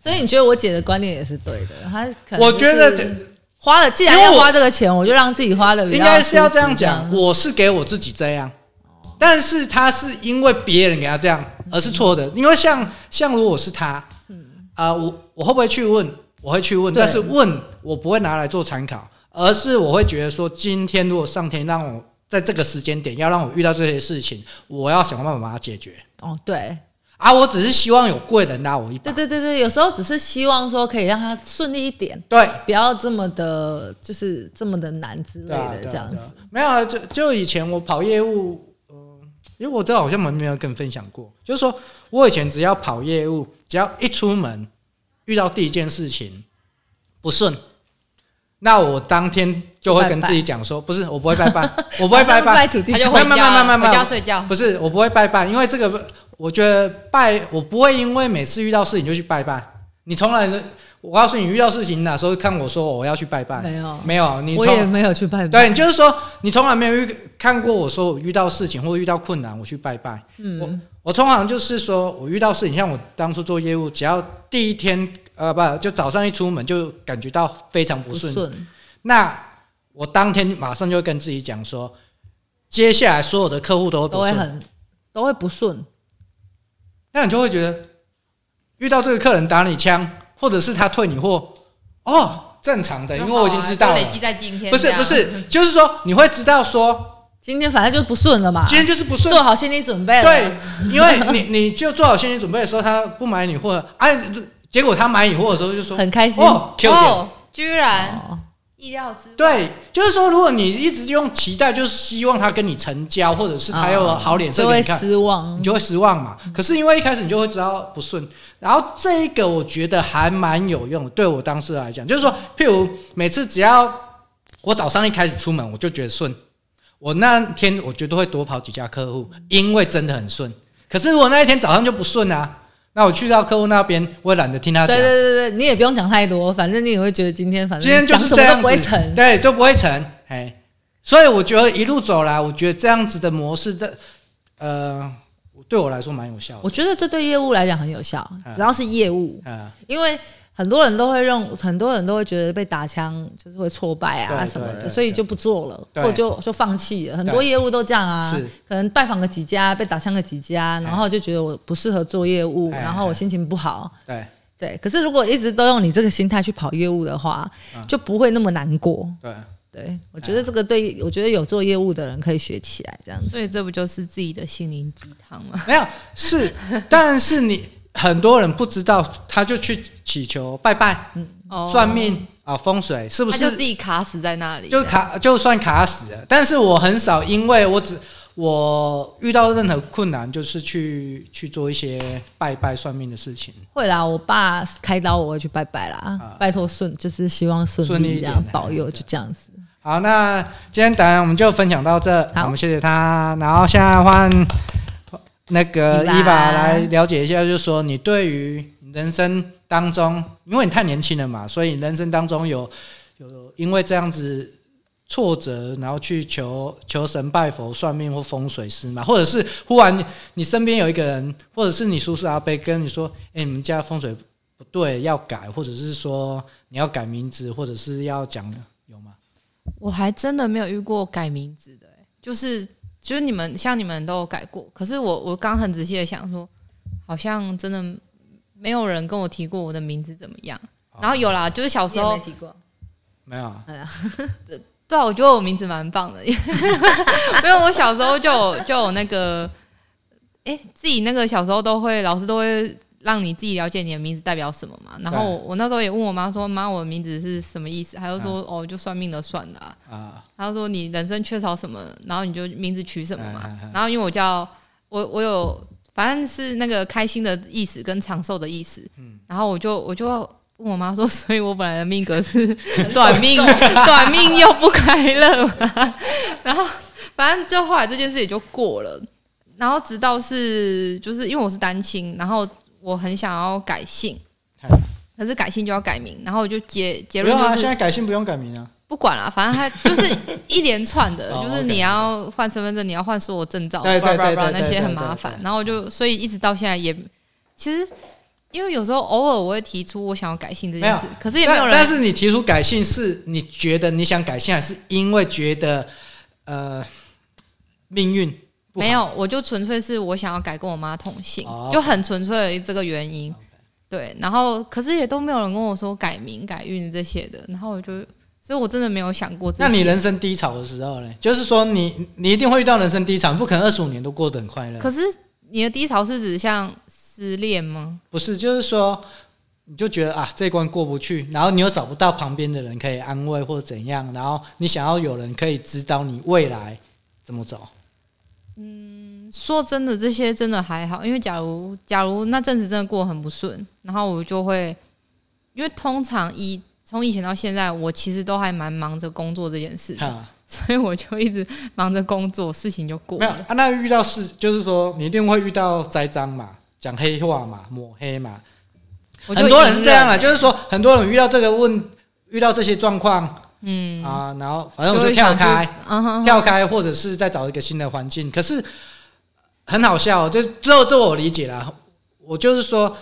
[SPEAKER 2] 所以你觉得我姐的观念也是对的，她可能
[SPEAKER 1] 我觉得
[SPEAKER 2] 就
[SPEAKER 1] 这
[SPEAKER 2] 是花了，既然
[SPEAKER 1] 因为
[SPEAKER 2] 要
[SPEAKER 1] 我
[SPEAKER 2] 花这个钱，我就让自己花的
[SPEAKER 1] 应该是要这样讲，我是给我自己这样，但是他是因为别人给他这样，而是错
[SPEAKER 2] 嗯
[SPEAKER 1] 的。因为像像如果是他，啊、我我会不会去问？我会去问，
[SPEAKER 2] 对
[SPEAKER 1] 但是问我不会拿来做参考，而是我会觉得说，今天如果上天让我在这个时间点要让我遇到这些事情，我要想办法把它解决。
[SPEAKER 2] 哦，对，
[SPEAKER 1] 啊，我只是希望有贵人拉我一把
[SPEAKER 2] 对，对对对，有时候只是希望说可以让她顺利一点，
[SPEAKER 1] 对，
[SPEAKER 2] 不要这么的，就是这么的难之类
[SPEAKER 1] 对啊
[SPEAKER 2] 的
[SPEAKER 1] 对啊
[SPEAKER 2] 这样
[SPEAKER 1] 对
[SPEAKER 2] 子
[SPEAKER 1] 啊。没有啊，就就以前我跑业务，嗯、因为我这好像没有跟你分享过，就是说我以前只要跑业务，只要一出门遇到第一件事情不顺，那我当天就会跟自己讲说，不是我不会拜拜，我不 会拜拜，
[SPEAKER 2] 土地
[SPEAKER 3] 他就
[SPEAKER 2] 公
[SPEAKER 3] 回
[SPEAKER 1] 慢慢慢慢慢
[SPEAKER 3] 家，
[SPEAKER 1] 慢
[SPEAKER 3] 回家睡觉。
[SPEAKER 1] 不是我不会拜拜，因为这个我觉得拜我不会因为每次遇到事情就去拜拜，你从来我告诉你遇到事情哪时候看我说我要去拜拜，
[SPEAKER 2] 没有，
[SPEAKER 1] 没有你
[SPEAKER 2] 我
[SPEAKER 1] 从
[SPEAKER 2] 也没有去拜
[SPEAKER 1] 对，
[SPEAKER 2] 拜。
[SPEAKER 1] 你就是说你从来没有遇看过我说我遇到事情或遇到困难，我去拜拜。
[SPEAKER 2] 嗯，
[SPEAKER 1] 我通常就是说我遇到事情，像我当初做业务，只要第一天呃不就早上一出门就感觉到非常不
[SPEAKER 2] 不
[SPEAKER 1] 顺，
[SPEAKER 2] 顺，
[SPEAKER 1] 那我当天马上就会跟自己讲说，接下来所有的客户都会
[SPEAKER 2] 都
[SPEAKER 1] 不
[SPEAKER 2] 会
[SPEAKER 1] 顺，
[SPEAKER 2] 很都会不顺。
[SPEAKER 1] 那你就会觉得遇到这个客人打你枪，或者是他退你货，哦，正常的，因为我已经知道了
[SPEAKER 3] 就好啊就累。积在今天。
[SPEAKER 1] 不是不，是，就是说你会知道说
[SPEAKER 2] 今天反正就不顺了嘛，
[SPEAKER 1] 今天就是不顺
[SPEAKER 2] 啊做好心理准备了。
[SPEAKER 1] 对，因为你 你就做好心理准备的时候，他不买你货，哎、结果他买你货的时候就说
[SPEAKER 2] 很开心。
[SPEAKER 1] 哦，Q 点。
[SPEAKER 3] 哦，居然
[SPEAKER 2] 哦
[SPEAKER 3] 意料之外。
[SPEAKER 1] 对，就是说，如果你一直用期待，就是希望他跟你成交，或者是他有
[SPEAKER 2] 哦
[SPEAKER 1] 好脸色
[SPEAKER 2] 就
[SPEAKER 1] 给
[SPEAKER 2] 会
[SPEAKER 1] 你看，
[SPEAKER 2] 失望
[SPEAKER 1] 你。就会失望嘛。可是因为一开始你就会知道不顺，然后这一个我觉得还蛮有用的，对我当时来讲，就是说，譬如每次只要我早上一开始出门，我就觉得顺，我那天我绝对会多跑几家客户，因为真的很顺。可是我那一天早上就不顺啊，那我去到客户那边，我也懒得听他
[SPEAKER 2] 对
[SPEAKER 1] 讲
[SPEAKER 2] 对，对对，你也不用讲太多，反正你也会觉得今天反正
[SPEAKER 1] 今天就是这
[SPEAKER 2] 讲
[SPEAKER 1] 样
[SPEAKER 2] 什么都
[SPEAKER 1] 子，
[SPEAKER 2] 不会成。
[SPEAKER 1] 对，就不会成，哎，所以我觉得一路走来，我觉得这样子的模式，这呃，对我来说蛮有效的
[SPEAKER 2] 我，觉得这对业务来讲很有效，
[SPEAKER 1] 嗯
[SPEAKER 2] 只要是业务，
[SPEAKER 1] 啊、
[SPEAKER 2] 因为很多人都会认，很多人都会觉得被打枪就是会挫败啊
[SPEAKER 1] 对
[SPEAKER 2] 什么
[SPEAKER 1] 对
[SPEAKER 2] 的，
[SPEAKER 1] 对
[SPEAKER 2] 所以就不做了，
[SPEAKER 1] 对
[SPEAKER 2] 或者就就放弃了。很多
[SPEAKER 1] 对
[SPEAKER 2] 业务都这样啊
[SPEAKER 1] 是，
[SPEAKER 2] 可能拜访个几家，被打枪个几家，然后就觉得我不适合做业务，
[SPEAKER 1] 哎
[SPEAKER 2] 然后我心情不好。
[SPEAKER 1] 对
[SPEAKER 2] 对，可是如果一直都用你这个心态去跑业务的话，
[SPEAKER 1] 啊
[SPEAKER 2] 就不会那么难过。
[SPEAKER 1] 对。哎
[SPEAKER 2] 对，我觉得这个对，我觉得有做业务的人可以学起来，这样子。
[SPEAKER 3] 所以这不就是自己的心灵鸡汤吗？
[SPEAKER 1] 没有是，但是你很多人不知道，他就去祈求拜拜、
[SPEAKER 3] 哦
[SPEAKER 1] 算，命啊、风水，是不
[SPEAKER 3] 他就自
[SPEAKER 1] 是？
[SPEAKER 3] 己卡死在那里，
[SPEAKER 1] 就卡就算卡死了，但是我很少，因为我只我遇到任何困难，就是去去做一些拜拜算命的事情。
[SPEAKER 2] 会啦，我爸开刀我会去拜拜啦，拜托顺，就是希望顺
[SPEAKER 1] 啊顺利一
[SPEAKER 2] 利
[SPEAKER 1] 点
[SPEAKER 2] 这样
[SPEAKER 1] 哎
[SPEAKER 2] 保佑，
[SPEAKER 1] 对
[SPEAKER 2] 就这样子。
[SPEAKER 1] 好，那今天当然我们就分享到这，
[SPEAKER 2] 好
[SPEAKER 1] 我们谢谢他，然后现在换那个
[SPEAKER 2] 伊娃
[SPEAKER 1] 伊娃来了解一下，就是说你对于人生当中，因为你太年轻了嘛，所以人生当中有有因为这样子挫折，然后去求求神拜佛、算命或风水师嘛，或者是忽然你你身边有一个人，或者是你叔叔阿伯跟你说：“哎、你们家风水不对，要改，或者是说你要改名字，或者是要讲有吗？”
[SPEAKER 3] 我还真的没有遇过改名字的、欸就是就是你们像你们都有改过，可是我我刚很仔细的想说，好像真的没有人跟我提过我的名字怎么样。
[SPEAKER 1] 哦
[SPEAKER 3] 然后有啦，就是小时
[SPEAKER 2] 你也
[SPEAKER 3] 候
[SPEAKER 2] 没提过，
[SPEAKER 1] 没有啊？
[SPEAKER 3] 对啊，我觉得我名字蛮棒的， 因为我小时候就有就有那个，哎、自己那个小时候都会，老师都会让你自己了解你的名字代表什么嘛。然后我我那时候也问我妈说，妈，我的名字是什么意思？她就说，哦，就算命的算的、啊。
[SPEAKER 1] 啊，
[SPEAKER 3] 她就说你人生缺少什么，然后你就名字取什么嘛。
[SPEAKER 1] 嗯嗯嗯
[SPEAKER 3] 然后因为我叫我我有，反正是那个开心的意思跟长寿的意思。
[SPEAKER 1] 嗯
[SPEAKER 3] 然后我就我就问我妈说，所以我本来的命格是短命， 短命又不快乐嘛。 然后反正就后来这件事也就过了。然后直到是就是因为我是单亲，然后我很想要改姓
[SPEAKER 1] 嗯，
[SPEAKER 3] 可是改姓就要改名，然后我就结结
[SPEAKER 1] 不
[SPEAKER 3] 论
[SPEAKER 1] 用
[SPEAKER 3] 就
[SPEAKER 1] 啊，
[SPEAKER 3] 是
[SPEAKER 1] 现在改姓不用改名啊。
[SPEAKER 3] 不管了，反正他就是一连串 的，
[SPEAKER 1] 哦
[SPEAKER 3] 就是
[SPEAKER 1] OK，
[SPEAKER 3] 你要换身份证，你要换所有证照，
[SPEAKER 1] 对对对
[SPEAKER 3] blah blah blah，
[SPEAKER 1] 对对
[SPEAKER 3] 那些
[SPEAKER 1] 对
[SPEAKER 3] 很
[SPEAKER 1] 对
[SPEAKER 3] 麻烦
[SPEAKER 1] 对。
[SPEAKER 3] 然后我就所以一直到现在也，其实因为有时候偶尔我会提出我想要改姓这件事
[SPEAKER 1] 没，
[SPEAKER 3] 可是也没有
[SPEAKER 1] 但
[SPEAKER 3] 人。
[SPEAKER 1] 但是你提出改姓，是你觉得你想改姓，还是因为觉得呃命运不好
[SPEAKER 3] 没？有，我就纯粹是我想要改跟我妈同姓，
[SPEAKER 1] 哦
[SPEAKER 3] 就很纯粹的这个原因。对，然后可是也都没有人跟我说改名、改运这些的，然后我就，所以我真的没有想过这些。
[SPEAKER 1] 那你人生低潮的时候呢？就是说你你一定会遇到人生低潮，不可能二十五年都过得很快乐。
[SPEAKER 3] 可是你的低潮是指像失恋吗？
[SPEAKER 1] 不是，就是说你就觉得啊这一关过不去，然后你又找不到旁边的人可以安慰或者怎样，然后你想要有人可以指导你未来怎么走。
[SPEAKER 3] 说真的，这些真的还好，因为假如假如那阵子真的过得很不顺，然后我就会，因为通常以从以前到现在，我其实都还蛮忙着工作这件事，
[SPEAKER 1] 哈，
[SPEAKER 3] 所以我就一直忙着工作，事情就过
[SPEAKER 1] 没有
[SPEAKER 3] 了。
[SPEAKER 1] 啊？那遇到事就是说你一定会遇到栽赃嘛，讲黑话嘛，抹黑嘛，
[SPEAKER 3] 我就
[SPEAKER 1] 很多人
[SPEAKER 3] 隐
[SPEAKER 1] 是这样的，
[SPEAKER 3] 忍
[SPEAKER 1] 就是说很多人遇到这个问，遇到这些状况
[SPEAKER 3] 嗯，
[SPEAKER 1] 啊，然后反正我
[SPEAKER 3] 就
[SPEAKER 1] 就
[SPEAKER 3] 会
[SPEAKER 1] 跳
[SPEAKER 3] 想去
[SPEAKER 1] 开，，
[SPEAKER 3] 嗯哼
[SPEAKER 1] 跳开，或者是再找一个新的环境。可是很好笑、哦，这这这我理解啦。我就是说，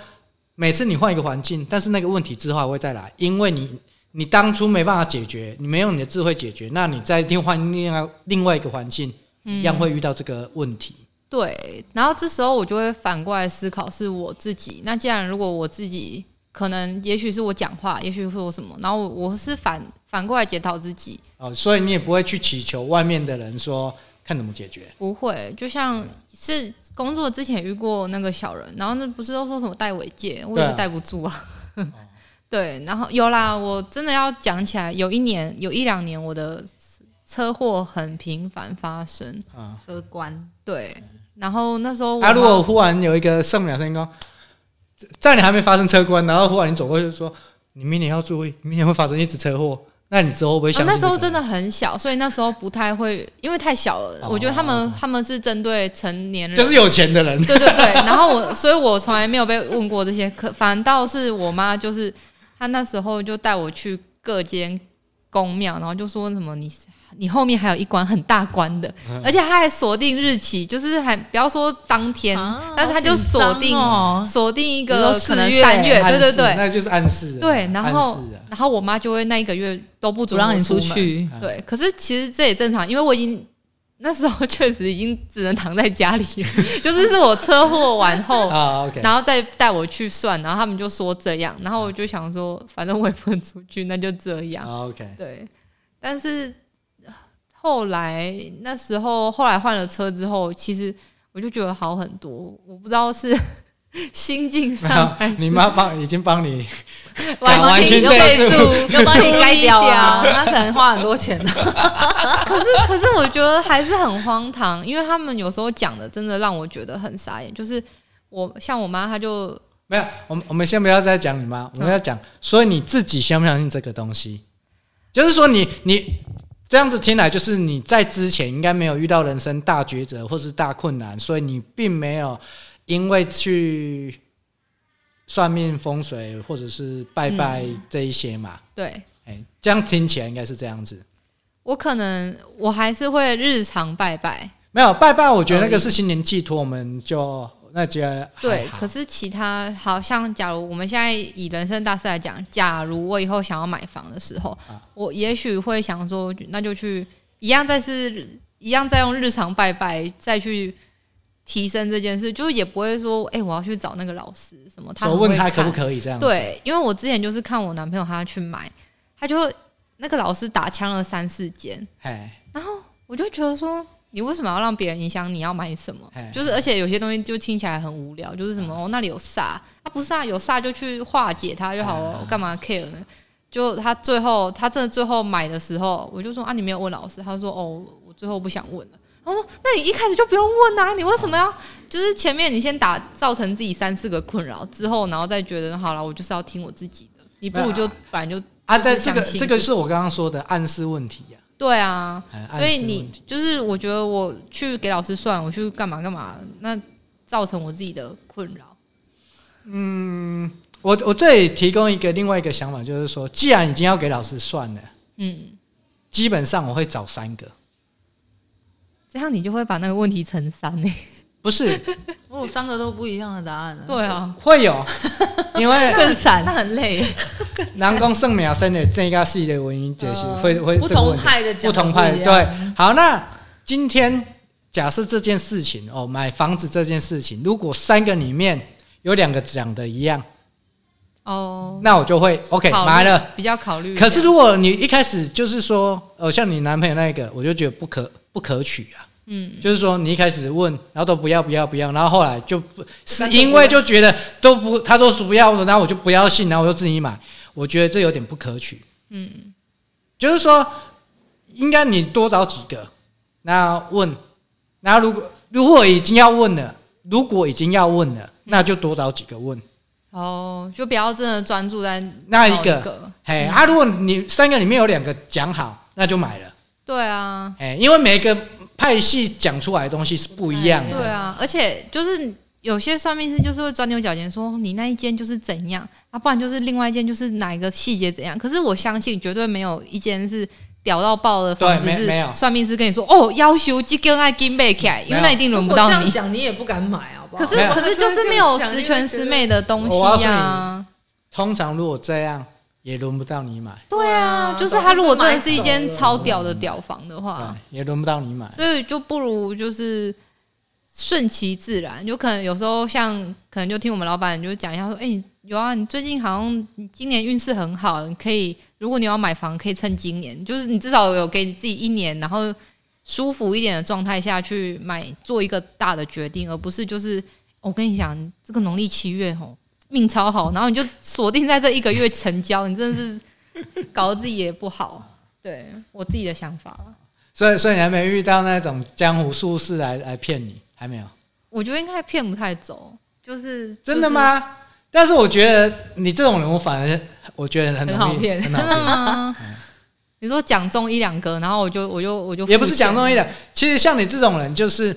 [SPEAKER 1] 每次你换一个环境，但是那个问题之后还会再来，因为你你当初没办法解决，你没用你的智慧解决，那你再另换另外另外一个环境，
[SPEAKER 3] 嗯
[SPEAKER 1] 一样会遇到这个问题。
[SPEAKER 3] 对，然后这时候我就会反过来思考是我自己。那既然如果我自己可能，也许是我讲话，也许是我什么，然后我我是反反过来检讨自己，
[SPEAKER 1] 哦，所以你也不会去祈求外面的人说看怎么解决。
[SPEAKER 3] 不会，就像是工作之前遇过那个小人，然后那不是都说什么戴尾戒，我
[SPEAKER 1] 对
[SPEAKER 3] 也
[SPEAKER 1] 啊
[SPEAKER 3] 是戴不住啊。
[SPEAKER 1] 哦
[SPEAKER 3] 对，然后有啦，我真的要讲起来，有一年有一两年我的车祸很频繁发生，
[SPEAKER 1] 啊、
[SPEAKER 2] 车关
[SPEAKER 3] 对，然后那时候我
[SPEAKER 1] 啊，如
[SPEAKER 3] 妈
[SPEAKER 1] 果忽然有一个圣母声音说，在在你还没发生车关，然后忽然你走过去说，你明年要注意，明年会发生一次车祸，那你之后会不会
[SPEAKER 3] 哦
[SPEAKER 1] 想、
[SPEAKER 3] 那时候真的很小，所以那时候不太会，因为太小了。
[SPEAKER 1] 哦
[SPEAKER 3] 我觉得他们他们是针对成年人，
[SPEAKER 1] 就是有钱的人，
[SPEAKER 3] 对对对。然后我，所以我从来没有被问过这些，可反倒是我妈，就是她那时候就带我去各间宫庙，然后就说什么你你后面还有一关很大关的，
[SPEAKER 2] 嗯
[SPEAKER 3] 而且她还锁定日期，就是还不要说当天，
[SPEAKER 2] 啊
[SPEAKER 3] 但是她就锁定
[SPEAKER 2] 哦，
[SPEAKER 3] 锁定一
[SPEAKER 2] 比如
[SPEAKER 3] 个
[SPEAKER 2] 说
[SPEAKER 3] 可能
[SPEAKER 2] 四月
[SPEAKER 3] 三月，
[SPEAKER 1] 暗
[SPEAKER 3] 对
[SPEAKER 1] 示
[SPEAKER 3] 对对。
[SPEAKER 1] 那就是暗示了，
[SPEAKER 3] 对，然后
[SPEAKER 2] 啊
[SPEAKER 1] 暗示了
[SPEAKER 3] 然后我妈就会那一个月都不
[SPEAKER 2] 不
[SPEAKER 3] 准
[SPEAKER 2] 让
[SPEAKER 3] 我
[SPEAKER 2] 你出
[SPEAKER 3] 门
[SPEAKER 2] 去，
[SPEAKER 1] 啊
[SPEAKER 3] 对，可是其实这也正常，因为我已经那时候确实已经只能躺在家里了， 就是是我车祸完后，
[SPEAKER 1] 啊，OK，嗯
[SPEAKER 3] 然后再带我去算，然后他们就说这样，然后我就想说，反正我也不能出去，那就这样。
[SPEAKER 1] 啊，OK，
[SPEAKER 3] 对，但是呃后来那时候后来换了车之后，其实我就觉得好很多，我不知道是 心境
[SPEAKER 1] 没有
[SPEAKER 3] 上还是
[SPEAKER 1] 你妈帮已经帮你，
[SPEAKER 3] 完
[SPEAKER 1] 完
[SPEAKER 3] 全
[SPEAKER 1] 全
[SPEAKER 3] 就
[SPEAKER 1] 在
[SPEAKER 3] 备
[SPEAKER 1] 这
[SPEAKER 3] 注，
[SPEAKER 2] 要帮你盖掉啊，
[SPEAKER 3] 注意
[SPEAKER 2] 他可能花很多钱啊的，
[SPEAKER 3] 可是， 可是我觉得还是很荒唐，因为他们有时候讲的真的让我觉得很傻眼。就是我像我妈，她就
[SPEAKER 1] 没有，我们我们先不要再讲你妈，我们要讲，所以你自己相不相信这个东西？就是说你你这样子听来，就是你在之前应该没有遇到人生大抉择或是大困难，所以你并没有因为去算命、风水
[SPEAKER 3] 嗯
[SPEAKER 1] 或者是拜拜这一些嘛。
[SPEAKER 3] 对
[SPEAKER 1] 哎、这样听起来应该是这样子。
[SPEAKER 3] 我可能我还是会日常拜拜，
[SPEAKER 1] 没有拜拜，我觉得那个是心灵寄托，我们就那觉得还
[SPEAKER 3] 对。
[SPEAKER 1] 好
[SPEAKER 3] 可是其他好像，假如我们现在以人生大事来讲，假如我以后想要买房的时候，
[SPEAKER 1] 啊
[SPEAKER 3] 我也许会想说，那就去一样再是一样再用日常拜拜再去提升这件事，就是也不会说，哎、我要去找那个老师什么，他
[SPEAKER 1] 我
[SPEAKER 3] 很
[SPEAKER 1] 问
[SPEAKER 3] 会
[SPEAKER 1] 他可不
[SPEAKER 3] 看
[SPEAKER 1] 可以这样子，
[SPEAKER 3] 对，因为我之前就是看我男朋友他去买，他就那个老师打枪了三四间，
[SPEAKER 1] 哎，
[SPEAKER 3] 我就觉得说，你为什么要让别人影响你要买什么
[SPEAKER 1] 哎？
[SPEAKER 3] 就是而且有些东西就听起来很无聊，就是什么哦那里有煞，啊不是啊有煞就去化解它就好
[SPEAKER 1] 啊
[SPEAKER 3] 了，我干嘛 care 呢？就他最后他真的最后买的时候，我就说啊你没有问老师，他说哦我最后不想问了。他说：“那你一开始就不用问啊，你为什么要就是前面你先打造成自己三四个困扰之后，然后再觉得好了，我就是要听我自己的，你不如就反正就
[SPEAKER 1] 啊，
[SPEAKER 3] 就是
[SPEAKER 1] 在这个
[SPEAKER 3] 相信
[SPEAKER 1] 这个
[SPEAKER 3] 自
[SPEAKER 1] 是
[SPEAKER 3] 己
[SPEAKER 1] 我刚刚说的暗示问题呀、
[SPEAKER 3] 对啊，
[SPEAKER 1] 哎暗
[SPEAKER 3] 所以
[SPEAKER 1] 示问
[SPEAKER 3] 你
[SPEAKER 1] 题
[SPEAKER 3] 就是，我觉得我去给老师算，我去干嘛干嘛，那造成我自己的困扰。
[SPEAKER 1] 我我这里提供一个另外一个想法，就是说，既然已经要给老师算了，
[SPEAKER 3] 嗯，
[SPEAKER 1] 基本上我会找三个，
[SPEAKER 3] 这样你就会把那个问题乘三欸呢、
[SPEAKER 1] 不是
[SPEAKER 2] 我有哦三个都不一样的答案了，
[SPEAKER 3] 对啊，
[SPEAKER 1] 会有，因为
[SPEAKER 2] 更惨
[SPEAKER 3] 那。很累。
[SPEAKER 1] 南宫圣苗生的啊这个系的原因就是会会
[SPEAKER 2] 不
[SPEAKER 1] 这个
[SPEAKER 2] 同
[SPEAKER 1] 问题
[SPEAKER 2] 派的讲
[SPEAKER 1] 不
[SPEAKER 2] 的
[SPEAKER 1] 同派
[SPEAKER 2] 一样
[SPEAKER 1] 对。好，那今天假设这件事情哦，买房子这件事情，如果三个里面有两个讲的一样，
[SPEAKER 3] 哦
[SPEAKER 1] 那我就会 OK
[SPEAKER 3] 考虑
[SPEAKER 1] 买了。
[SPEAKER 3] 比较考虑。
[SPEAKER 1] 可是，如果你一开始就是说，呃，像你男朋友那个，我就觉得不可不可取啊。
[SPEAKER 3] 嗯，
[SPEAKER 1] 就是说你一开始问，然后都不要不要不要，然后后来就不是
[SPEAKER 2] 干脆
[SPEAKER 1] 因为就觉得都不，他说是不要，然后我就不要信，然后我就自己买，我觉得这有点不可取。
[SPEAKER 3] 嗯，
[SPEAKER 1] 就是说，应该你多找几个，那问，那如果如果已经要问了，如果已经要问了，那就多找几个问。
[SPEAKER 3] 哦，就不要真的专注在
[SPEAKER 1] 那一
[SPEAKER 3] 某一
[SPEAKER 1] 个
[SPEAKER 3] 个。
[SPEAKER 1] 嘿，啊，如果你三个里面有两个讲好，那就买了。
[SPEAKER 3] 对啊，
[SPEAKER 1] 哎，因为每个派系讲出来的东西是不一样的。
[SPEAKER 3] 对啊，而且就是。有些算命师就是会钻牛角尖，说哦你那一间就是怎样啊，不然就是另外一间就是哪一个细节怎样。可是我相信绝对没有一间是屌到爆的房子
[SPEAKER 1] 对没
[SPEAKER 3] 是
[SPEAKER 1] 没有
[SPEAKER 3] 算命师跟你说哦，要求这根爱金背起来，因
[SPEAKER 1] 没有
[SPEAKER 3] 为那一定轮
[SPEAKER 2] 如
[SPEAKER 3] 不
[SPEAKER 2] 果这
[SPEAKER 3] 到
[SPEAKER 2] 样
[SPEAKER 3] 你。
[SPEAKER 2] 讲，你也不敢买，好不好？啊
[SPEAKER 3] 可是
[SPEAKER 1] 没有
[SPEAKER 3] 可是就是没有十全十美的东西啊
[SPEAKER 1] 我告诉
[SPEAKER 3] 呀、
[SPEAKER 1] 你通常如果这样，也轮不到你买，
[SPEAKER 3] 对啊，
[SPEAKER 2] 对啊
[SPEAKER 3] 就是他如果真的是一
[SPEAKER 2] 早就
[SPEAKER 3] 间
[SPEAKER 2] 买走了
[SPEAKER 3] 超屌的屌房的话，
[SPEAKER 1] 啊，也轮不到你买。
[SPEAKER 3] 所以就不如就是顺其自然，就可能有时候像可能就听我们老板就讲一下说，哎、你有啊，你最近好像你今年运势很好，你可以如果你要买房，可以趁今年，就是你至少有给你自己一年，然后舒服一点的状态下去买，做一个大的决定，而不是就是哦我跟你讲，这个农历七月吼命超好，然后你就锁定在这一个月成交，你真的是搞得自己也不好。对我自己的想法啦。
[SPEAKER 1] 所以，所以你还没遇到那种江湖术士来来骗你，还没有？
[SPEAKER 3] 我觉得应该骗不太走，就是
[SPEAKER 1] 真的？吗？但是我觉得你这种人，我反而我觉得很容易
[SPEAKER 2] 很好骗
[SPEAKER 1] 很
[SPEAKER 3] 就是真的
[SPEAKER 1] 好
[SPEAKER 3] 吗？你说讲中一两个，然后我就我就我就
[SPEAKER 1] 骗也不是讲
[SPEAKER 3] 付钱
[SPEAKER 1] 中医的。其实像你这种人，就是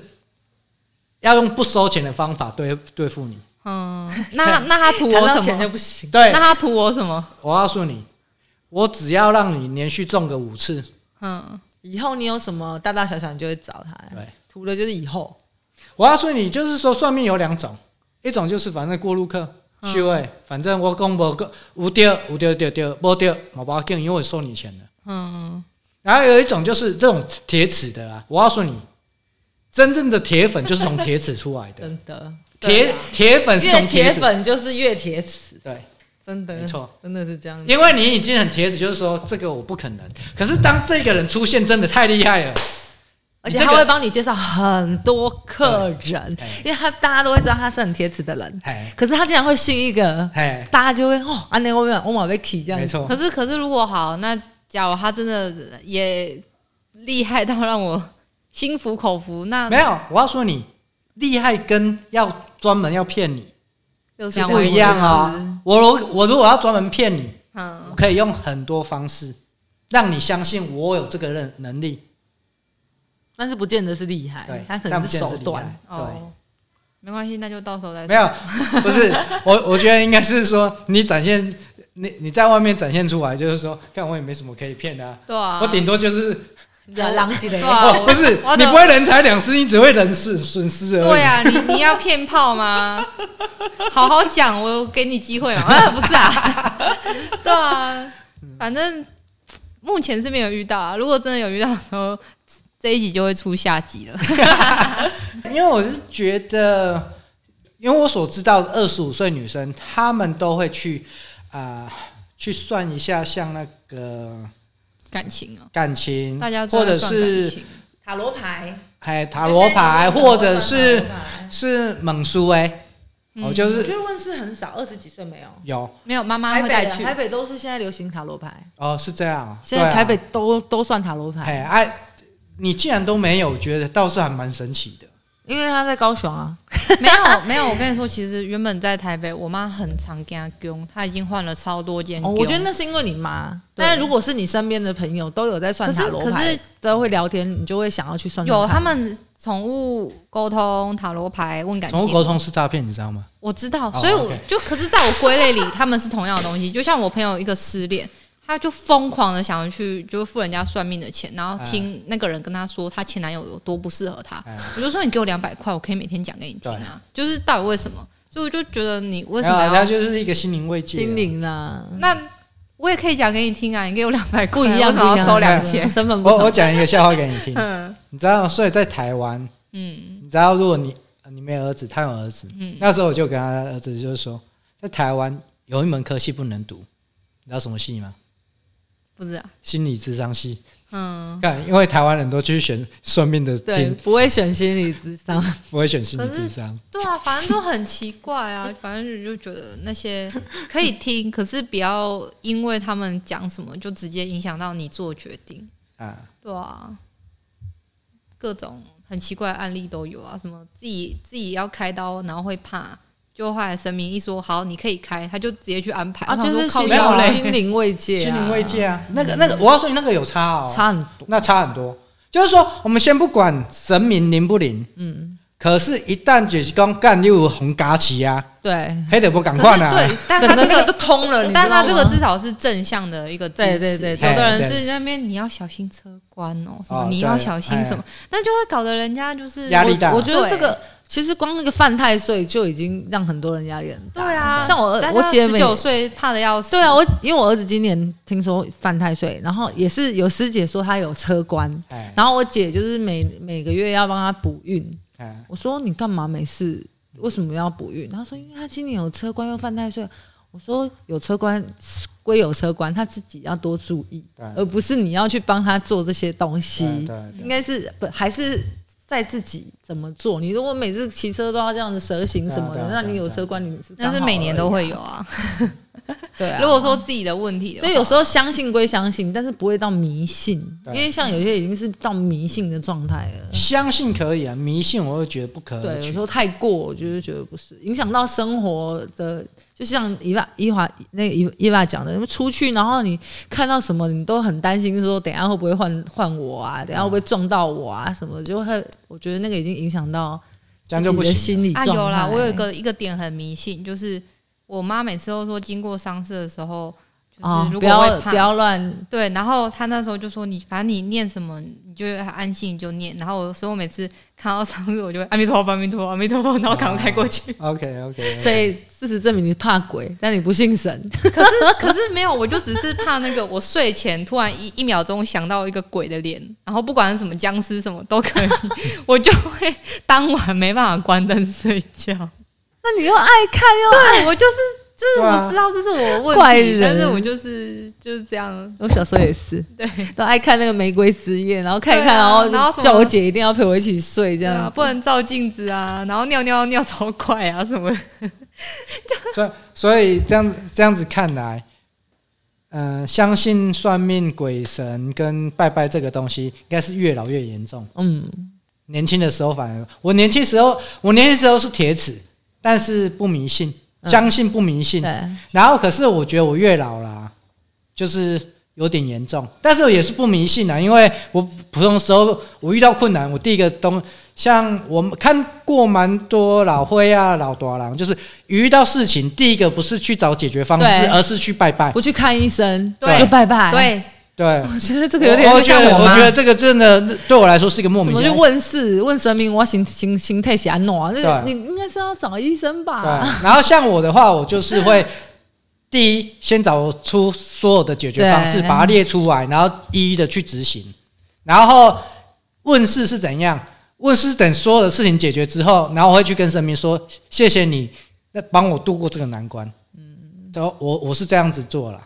[SPEAKER 1] 要用不收钱的方法对对付你。
[SPEAKER 3] 嗯，那那他图
[SPEAKER 2] 谈
[SPEAKER 3] 我
[SPEAKER 2] 到
[SPEAKER 3] 什
[SPEAKER 2] 钱就
[SPEAKER 3] 么？
[SPEAKER 2] 不行。
[SPEAKER 1] 对
[SPEAKER 3] 那，他图我什么？
[SPEAKER 1] 我告诉你，我只要让你连续中个五次，
[SPEAKER 3] 嗯，
[SPEAKER 2] 以后你有什么大大小小，你就会找他。
[SPEAKER 1] 对，
[SPEAKER 2] 图的就是以后。
[SPEAKER 1] 我告诉你，就是说算命有两种，一种就是反正过路客。
[SPEAKER 3] 嗯
[SPEAKER 1] 虚伪，反正我讲无个有对有对对对，无对我不要紧，因为我收你钱的。
[SPEAKER 3] 嗯，
[SPEAKER 1] 然后有一种就是这种铁齿的啊，我告诉你，真正的铁粉就是从铁齿出来的，
[SPEAKER 2] 真的，啊
[SPEAKER 1] 铁铁粉是
[SPEAKER 2] 越
[SPEAKER 1] 从
[SPEAKER 2] 铁
[SPEAKER 1] 铁齿，
[SPEAKER 2] 粉就是越铁齿，
[SPEAKER 1] 对，
[SPEAKER 2] 真的，
[SPEAKER 1] 没错，
[SPEAKER 2] 真的是这样。
[SPEAKER 1] 因为你已经很铁齿，就是说这个我不可能。可是当这个人出现，真的太厉害了，
[SPEAKER 2] 而
[SPEAKER 1] 你
[SPEAKER 2] 且
[SPEAKER 1] 这
[SPEAKER 2] 他
[SPEAKER 1] 个
[SPEAKER 2] 会帮你介绍很多客人
[SPEAKER 1] 对哎，
[SPEAKER 2] 因为他大家都会知道他是很铁齿的人，
[SPEAKER 1] 哎
[SPEAKER 2] 可是他竟然会信一个，
[SPEAKER 1] 哎，
[SPEAKER 2] 大家就会哦，安内我我马被 k 这样
[SPEAKER 1] 没
[SPEAKER 2] 子，
[SPEAKER 1] 错
[SPEAKER 3] 可，是可是如果好，那假如他真的也厉害到让我心服口服，那
[SPEAKER 1] 没有，我要说你厉害跟要专门要骗你
[SPEAKER 2] 又是
[SPEAKER 3] 两
[SPEAKER 1] 不
[SPEAKER 3] 位
[SPEAKER 1] 一样啊、我如我如果要专门骗你，我
[SPEAKER 3] 嗯，
[SPEAKER 1] 可以用很多方式让你相信我有这个能能力，
[SPEAKER 2] 但是不见得是厉害
[SPEAKER 1] 对，，
[SPEAKER 2] 哎他可
[SPEAKER 1] 但
[SPEAKER 2] 能
[SPEAKER 1] 不
[SPEAKER 2] 是
[SPEAKER 1] 见得
[SPEAKER 2] 手
[SPEAKER 1] 厉
[SPEAKER 2] 段
[SPEAKER 1] 害，对。
[SPEAKER 3] 哦，没关系，那就到时候再
[SPEAKER 1] 没有， 不是我，我觉得应该是说你展现你你在外面展现出来，就是说，看我也没什么可以骗的、啊，
[SPEAKER 3] 对啊，
[SPEAKER 1] 我顶多就是
[SPEAKER 2] 惹狼藉的
[SPEAKER 3] 对
[SPEAKER 2] 人。
[SPEAKER 3] 啊，
[SPEAKER 1] 哦，不是，
[SPEAKER 3] 我
[SPEAKER 1] 你不会人财两失，你只会人损损失而已。
[SPEAKER 3] 对啊，你你要骗炮吗？ 好好讲，我给你机会嘛。 啊，不是啊， 对啊，反正目前是没有遇到啊。如果真的有遇到的时候，这一集就会出下集了。
[SPEAKER 1] 因为我是觉得，因为我所知道二十五岁女生，她们都会去啊、呃去算一下，像那个
[SPEAKER 3] 感情啊，
[SPEAKER 1] 感情，
[SPEAKER 3] 大家都
[SPEAKER 1] 或者
[SPEAKER 3] 在算感
[SPEAKER 1] 是
[SPEAKER 3] 情
[SPEAKER 2] 塔罗牌、
[SPEAKER 1] 还塔罗牌，
[SPEAKER 2] 有些人
[SPEAKER 1] 或者是
[SPEAKER 2] 塔罗牌
[SPEAKER 1] 是猛书哎、
[SPEAKER 3] 嗯
[SPEAKER 1] 哦，就
[SPEAKER 2] 我
[SPEAKER 1] 是
[SPEAKER 2] 觉得问世很少，二十几岁没有。
[SPEAKER 1] 有
[SPEAKER 3] 没有妈妈
[SPEAKER 2] 台
[SPEAKER 3] 会
[SPEAKER 2] 北
[SPEAKER 3] 带
[SPEAKER 2] 的
[SPEAKER 3] 去
[SPEAKER 2] 台，北都是现在流行塔罗牌，
[SPEAKER 1] 哦，是这样啊。
[SPEAKER 2] 现在
[SPEAKER 1] 对啊
[SPEAKER 2] 台北都都算塔罗牌，
[SPEAKER 1] 哎哎、啊你既然都没有，我觉得倒是还蛮神奇的。
[SPEAKER 2] 因为他在高雄啊。
[SPEAKER 3] 没有没有。我跟你说，其实原本在台北，我妈很常跟她供，她已经换了超多间
[SPEAKER 2] 哦，
[SPEAKER 3] 供。
[SPEAKER 2] 我觉得那是因为你妈，
[SPEAKER 3] 对
[SPEAKER 2] 但如果是你身边的朋友都有在算塔罗
[SPEAKER 3] 可是可
[SPEAKER 2] 牌
[SPEAKER 3] 是，
[SPEAKER 2] 都会聊天，你就会想要去算算看。
[SPEAKER 3] 有他们宠物沟通、塔罗牌、问感情
[SPEAKER 1] 宠物，沟通是诈骗，你知道吗？
[SPEAKER 3] 我知道，
[SPEAKER 1] 哦
[SPEAKER 3] 所以我
[SPEAKER 1] OK
[SPEAKER 3] 就可是在我归类里， 他们是同样的东西。就像我朋友一个失恋，他就疯狂的想要去，就是付人家算命的钱，然后听那个人跟他说他前男友有多不适合他。
[SPEAKER 1] 哎，
[SPEAKER 3] 我就说你给我两百块，我可以每天讲给你听啊。就是到底为什么？所以我就觉得你为什
[SPEAKER 1] 没
[SPEAKER 3] 么
[SPEAKER 1] 有啊它
[SPEAKER 3] 要？
[SPEAKER 1] 就是一个心灵慰藉啊？
[SPEAKER 2] 心灵啦，
[SPEAKER 3] 那我也可以讲给你听啊，你给我两百块，
[SPEAKER 2] 不一
[SPEAKER 3] 为
[SPEAKER 2] 样，不
[SPEAKER 3] 什么要
[SPEAKER 2] 一样，
[SPEAKER 3] 收两千？
[SPEAKER 2] 身份不
[SPEAKER 1] 我我
[SPEAKER 2] 同。
[SPEAKER 1] 讲一个笑话给你听。
[SPEAKER 3] 嗯
[SPEAKER 1] 你知道，所以在台湾，
[SPEAKER 3] 嗯
[SPEAKER 1] 你知道，如果你你没有儿子，他有儿子，
[SPEAKER 3] 嗯，
[SPEAKER 1] 那时候我就跟他儿子就是说，在台湾有一门科系不能读，你知道什么系吗？
[SPEAKER 3] 不是啊，
[SPEAKER 1] 心理智商系。
[SPEAKER 3] 嗯。
[SPEAKER 1] 看，因为台湾人都去选算命的
[SPEAKER 2] 对，
[SPEAKER 1] 听，
[SPEAKER 2] 不会选心理 智商，
[SPEAKER 1] 不会选心理智商。
[SPEAKER 3] 对啊，反正都很奇怪 啊，反正就觉得那些可以听，可是不要因为他们讲什么就直接影响到你做决定，
[SPEAKER 1] 啊，
[SPEAKER 3] 对啊，各种很奇怪的案例都有啊，什么自己自己要开刀，然后会怕，就后来神明一说好你可以开，他就直接去安排，
[SPEAKER 2] 啊，
[SPEAKER 3] 我
[SPEAKER 2] 就
[SPEAKER 3] 想说
[SPEAKER 2] 是
[SPEAKER 3] 靠
[SPEAKER 2] 心
[SPEAKER 1] 没有
[SPEAKER 3] 腰
[SPEAKER 1] 啊
[SPEAKER 2] 灵
[SPEAKER 3] 嘞
[SPEAKER 2] 心灵慰藉啊，
[SPEAKER 1] 心灵慰藉啊，那个那个，我要说你那个有差哦，
[SPEAKER 2] 差很多。
[SPEAKER 1] 那差很多。就是说，我们先不管神明灵不灵，
[SPEAKER 2] 嗯，
[SPEAKER 1] 可是，一旦就是讲干又有红嘎旗啊，
[SPEAKER 2] 对，
[SPEAKER 1] 黑得不赶
[SPEAKER 3] 可
[SPEAKER 1] 快
[SPEAKER 3] 是
[SPEAKER 1] 啊，
[SPEAKER 3] 对，但
[SPEAKER 2] 整
[SPEAKER 3] 他
[SPEAKER 2] 个
[SPEAKER 3] 这
[SPEAKER 2] 那个都
[SPEAKER 3] 个。
[SPEAKER 2] 通了，你知道
[SPEAKER 3] 但他这个
[SPEAKER 2] 吗
[SPEAKER 3] 至少是正向的一个支持，
[SPEAKER 2] 对对对对
[SPEAKER 3] 有的人
[SPEAKER 1] 对对
[SPEAKER 3] 是那边你要小心车关哦，什么
[SPEAKER 1] 哦
[SPEAKER 3] 你要
[SPEAKER 1] 对
[SPEAKER 3] 小心
[SPEAKER 1] 哎
[SPEAKER 3] 什么，那就会搞得人家就是
[SPEAKER 1] 压力大
[SPEAKER 2] 我我觉得
[SPEAKER 3] 对
[SPEAKER 2] 这个其实光那个犯太岁就已经让很多人压力很
[SPEAKER 3] 对
[SPEAKER 2] 大。
[SPEAKER 3] 啊，
[SPEAKER 2] 像我
[SPEAKER 3] 但
[SPEAKER 2] 我
[SPEAKER 3] 他
[SPEAKER 2] 姐妹
[SPEAKER 3] 十九岁怕的要死，
[SPEAKER 2] 对啊，我因为我儿子今年听说犯太岁，然后也是有师姐说他有车关，
[SPEAKER 1] 哎
[SPEAKER 2] 然后我姐就是每每个月要帮他补运。
[SPEAKER 1] 哎，
[SPEAKER 2] 我说你干嘛没事？为什么要补运？她说因为他今年有车关又犯太岁。我说有车关归有车关，他自己要多注意，
[SPEAKER 1] 对
[SPEAKER 2] 而不是你要去帮他做这些东西。
[SPEAKER 1] 嗯对对
[SPEAKER 2] 应该是不还是在自己怎么做？你如果每次骑车都要这样子蛇行什么
[SPEAKER 1] 对啊
[SPEAKER 2] 的，
[SPEAKER 1] 对啊
[SPEAKER 2] 那你有车关你是
[SPEAKER 3] 那是
[SPEAKER 2] 刚好
[SPEAKER 3] 每年都
[SPEAKER 2] 而
[SPEAKER 3] 会
[SPEAKER 2] 已啊
[SPEAKER 3] 有啊。
[SPEAKER 2] 对啊。
[SPEAKER 3] 如果说自己的问题的话，
[SPEAKER 2] 所以有时候相信归相信，但是不会到迷信，
[SPEAKER 1] 对
[SPEAKER 2] 因为像有些已经是到迷信的状态了。
[SPEAKER 1] 相信可以啊，迷信我会觉得不可
[SPEAKER 2] 对，
[SPEAKER 1] 能。
[SPEAKER 2] 有时候太过，我就是觉得不是影响到生活的，就像伊娃伊华那个伊伊娃讲的，出去然后你看到什么，你都很担心，说等一下会不会换换我啊，等一下会不会撞到我啊，什么就会，我觉得那个已经影响到
[SPEAKER 1] 这样就不
[SPEAKER 2] 自己的
[SPEAKER 1] 行
[SPEAKER 2] 心理
[SPEAKER 3] 啊
[SPEAKER 2] 状态。
[SPEAKER 3] 有啦，我有一个一个点很迷信，就是我妈每次都说经过丧事的时候，就
[SPEAKER 2] 啊
[SPEAKER 3] 是，如
[SPEAKER 2] 不
[SPEAKER 3] 果会
[SPEAKER 2] 要
[SPEAKER 3] 怕，
[SPEAKER 2] 不要乱，
[SPEAKER 3] 对，然后她那时候就说你反正你念什么，你就安心你就念。然后我所以我每次看到丧事，我就会阿弥陀佛，阿弥陀佛，阿弥陀佛，然后赶快过 去。
[SPEAKER 1] 啊。OK OK，
[SPEAKER 2] 所以事实证明你怕鬼，但你不 信神，
[SPEAKER 3] 可是可是没有，我就只是怕那个，我睡前突然一一秒钟想到一个鬼的脸，然后不管是什么僵尸什么都可以， 我就会当晚没办法关灯睡觉。
[SPEAKER 2] 那你又爱看又
[SPEAKER 3] 对，啊我就是就是
[SPEAKER 1] 对啊
[SPEAKER 3] 我知道这是我的问
[SPEAKER 2] 怪
[SPEAKER 3] 题，
[SPEAKER 2] 人
[SPEAKER 3] 但是我就是就是这样。
[SPEAKER 2] 我小时候也是，
[SPEAKER 3] 对，
[SPEAKER 2] 都爱看那个《玫瑰之夜》，然后看一
[SPEAKER 3] 对
[SPEAKER 2] 看，
[SPEAKER 3] 啊然后
[SPEAKER 2] 后
[SPEAKER 3] 什么
[SPEAKER 2] 叫我姐一定要陪我一起睡，
[SPEAKER 3] 对
[SPEAKER 2] 这样、
[SPEAKER 3] 啊，不能照镜子啊，然后尿尿尿超快啊什么的。
[SPEAKER 1] 所以所以这样子这样子看来，嗯、相信算命、鬼神跟拜拜这个东西，应该是越老越严重。
[SPEAKER 2] 嗯，
[SPEAKER 1] 年轻的时候反而，我年轻时候我年轻时候是铁齿，但是不迷信，
[SPEAKER 2] 嗯
[SPEAKER 1] 相信不迷信。哎
[SPEAKER 2] 对，
[SPEAKER 1] 然后可是我觉得我越老啦、就是有点严重，但是我也是不迷信啊，因为我普通时候我遇到困难，我第一个东像我们看过蛮多老灰啊、老多郎，就是遇到事情第一个不是去找解决方
[SPEAKER 2] 对
[SPEAKER 1] 式，而是去拜拜。
[SPEAKER 2] 不去看医生，
[SPEAKER 3] 对
[SPEAKER 2] 就拜拜，，
[SPEAKER 3] 对，
[SPEAKER 1] 对，
[SPEAKER 2] 我觉得这个有点
[SPEAKER 1] 我
[SPEAKER 2] 就
[SPEAKER 1] 觉
[SPEAKER 2] 像
[SPEAKER 1] 得我
[SPEAKER 2] 妈
[SPEAKER 1] 觉，得这个真的对我来说是一个莫名
[SPEAKER 2] 怎么
[SPEAKER 1] 其
[SPEAKER 2] 去
[SPEAKER 1] 妙。
[SPEAKER 2] 问事问神明，我心心心态是安怎样？那你
[SPEAKER 1] 对
[SPEAKER 2] 应该是要找医生
[SPEAKER 1] 对
[SPEAKER 2] 吧？，
[SPEAKER 1] 然后像我的话，我就是会第一先找出所有的解决方式，
[SPEAKER 2] 对
[SPEAKER 1] 把它列出来，然后一一的去执行。然后问世是怎样？问世等所有的事情解决之后，然后我会去跟神明说：“谢谢你，那帮我度过这个难关。”嗯，然后我我是这样子做了。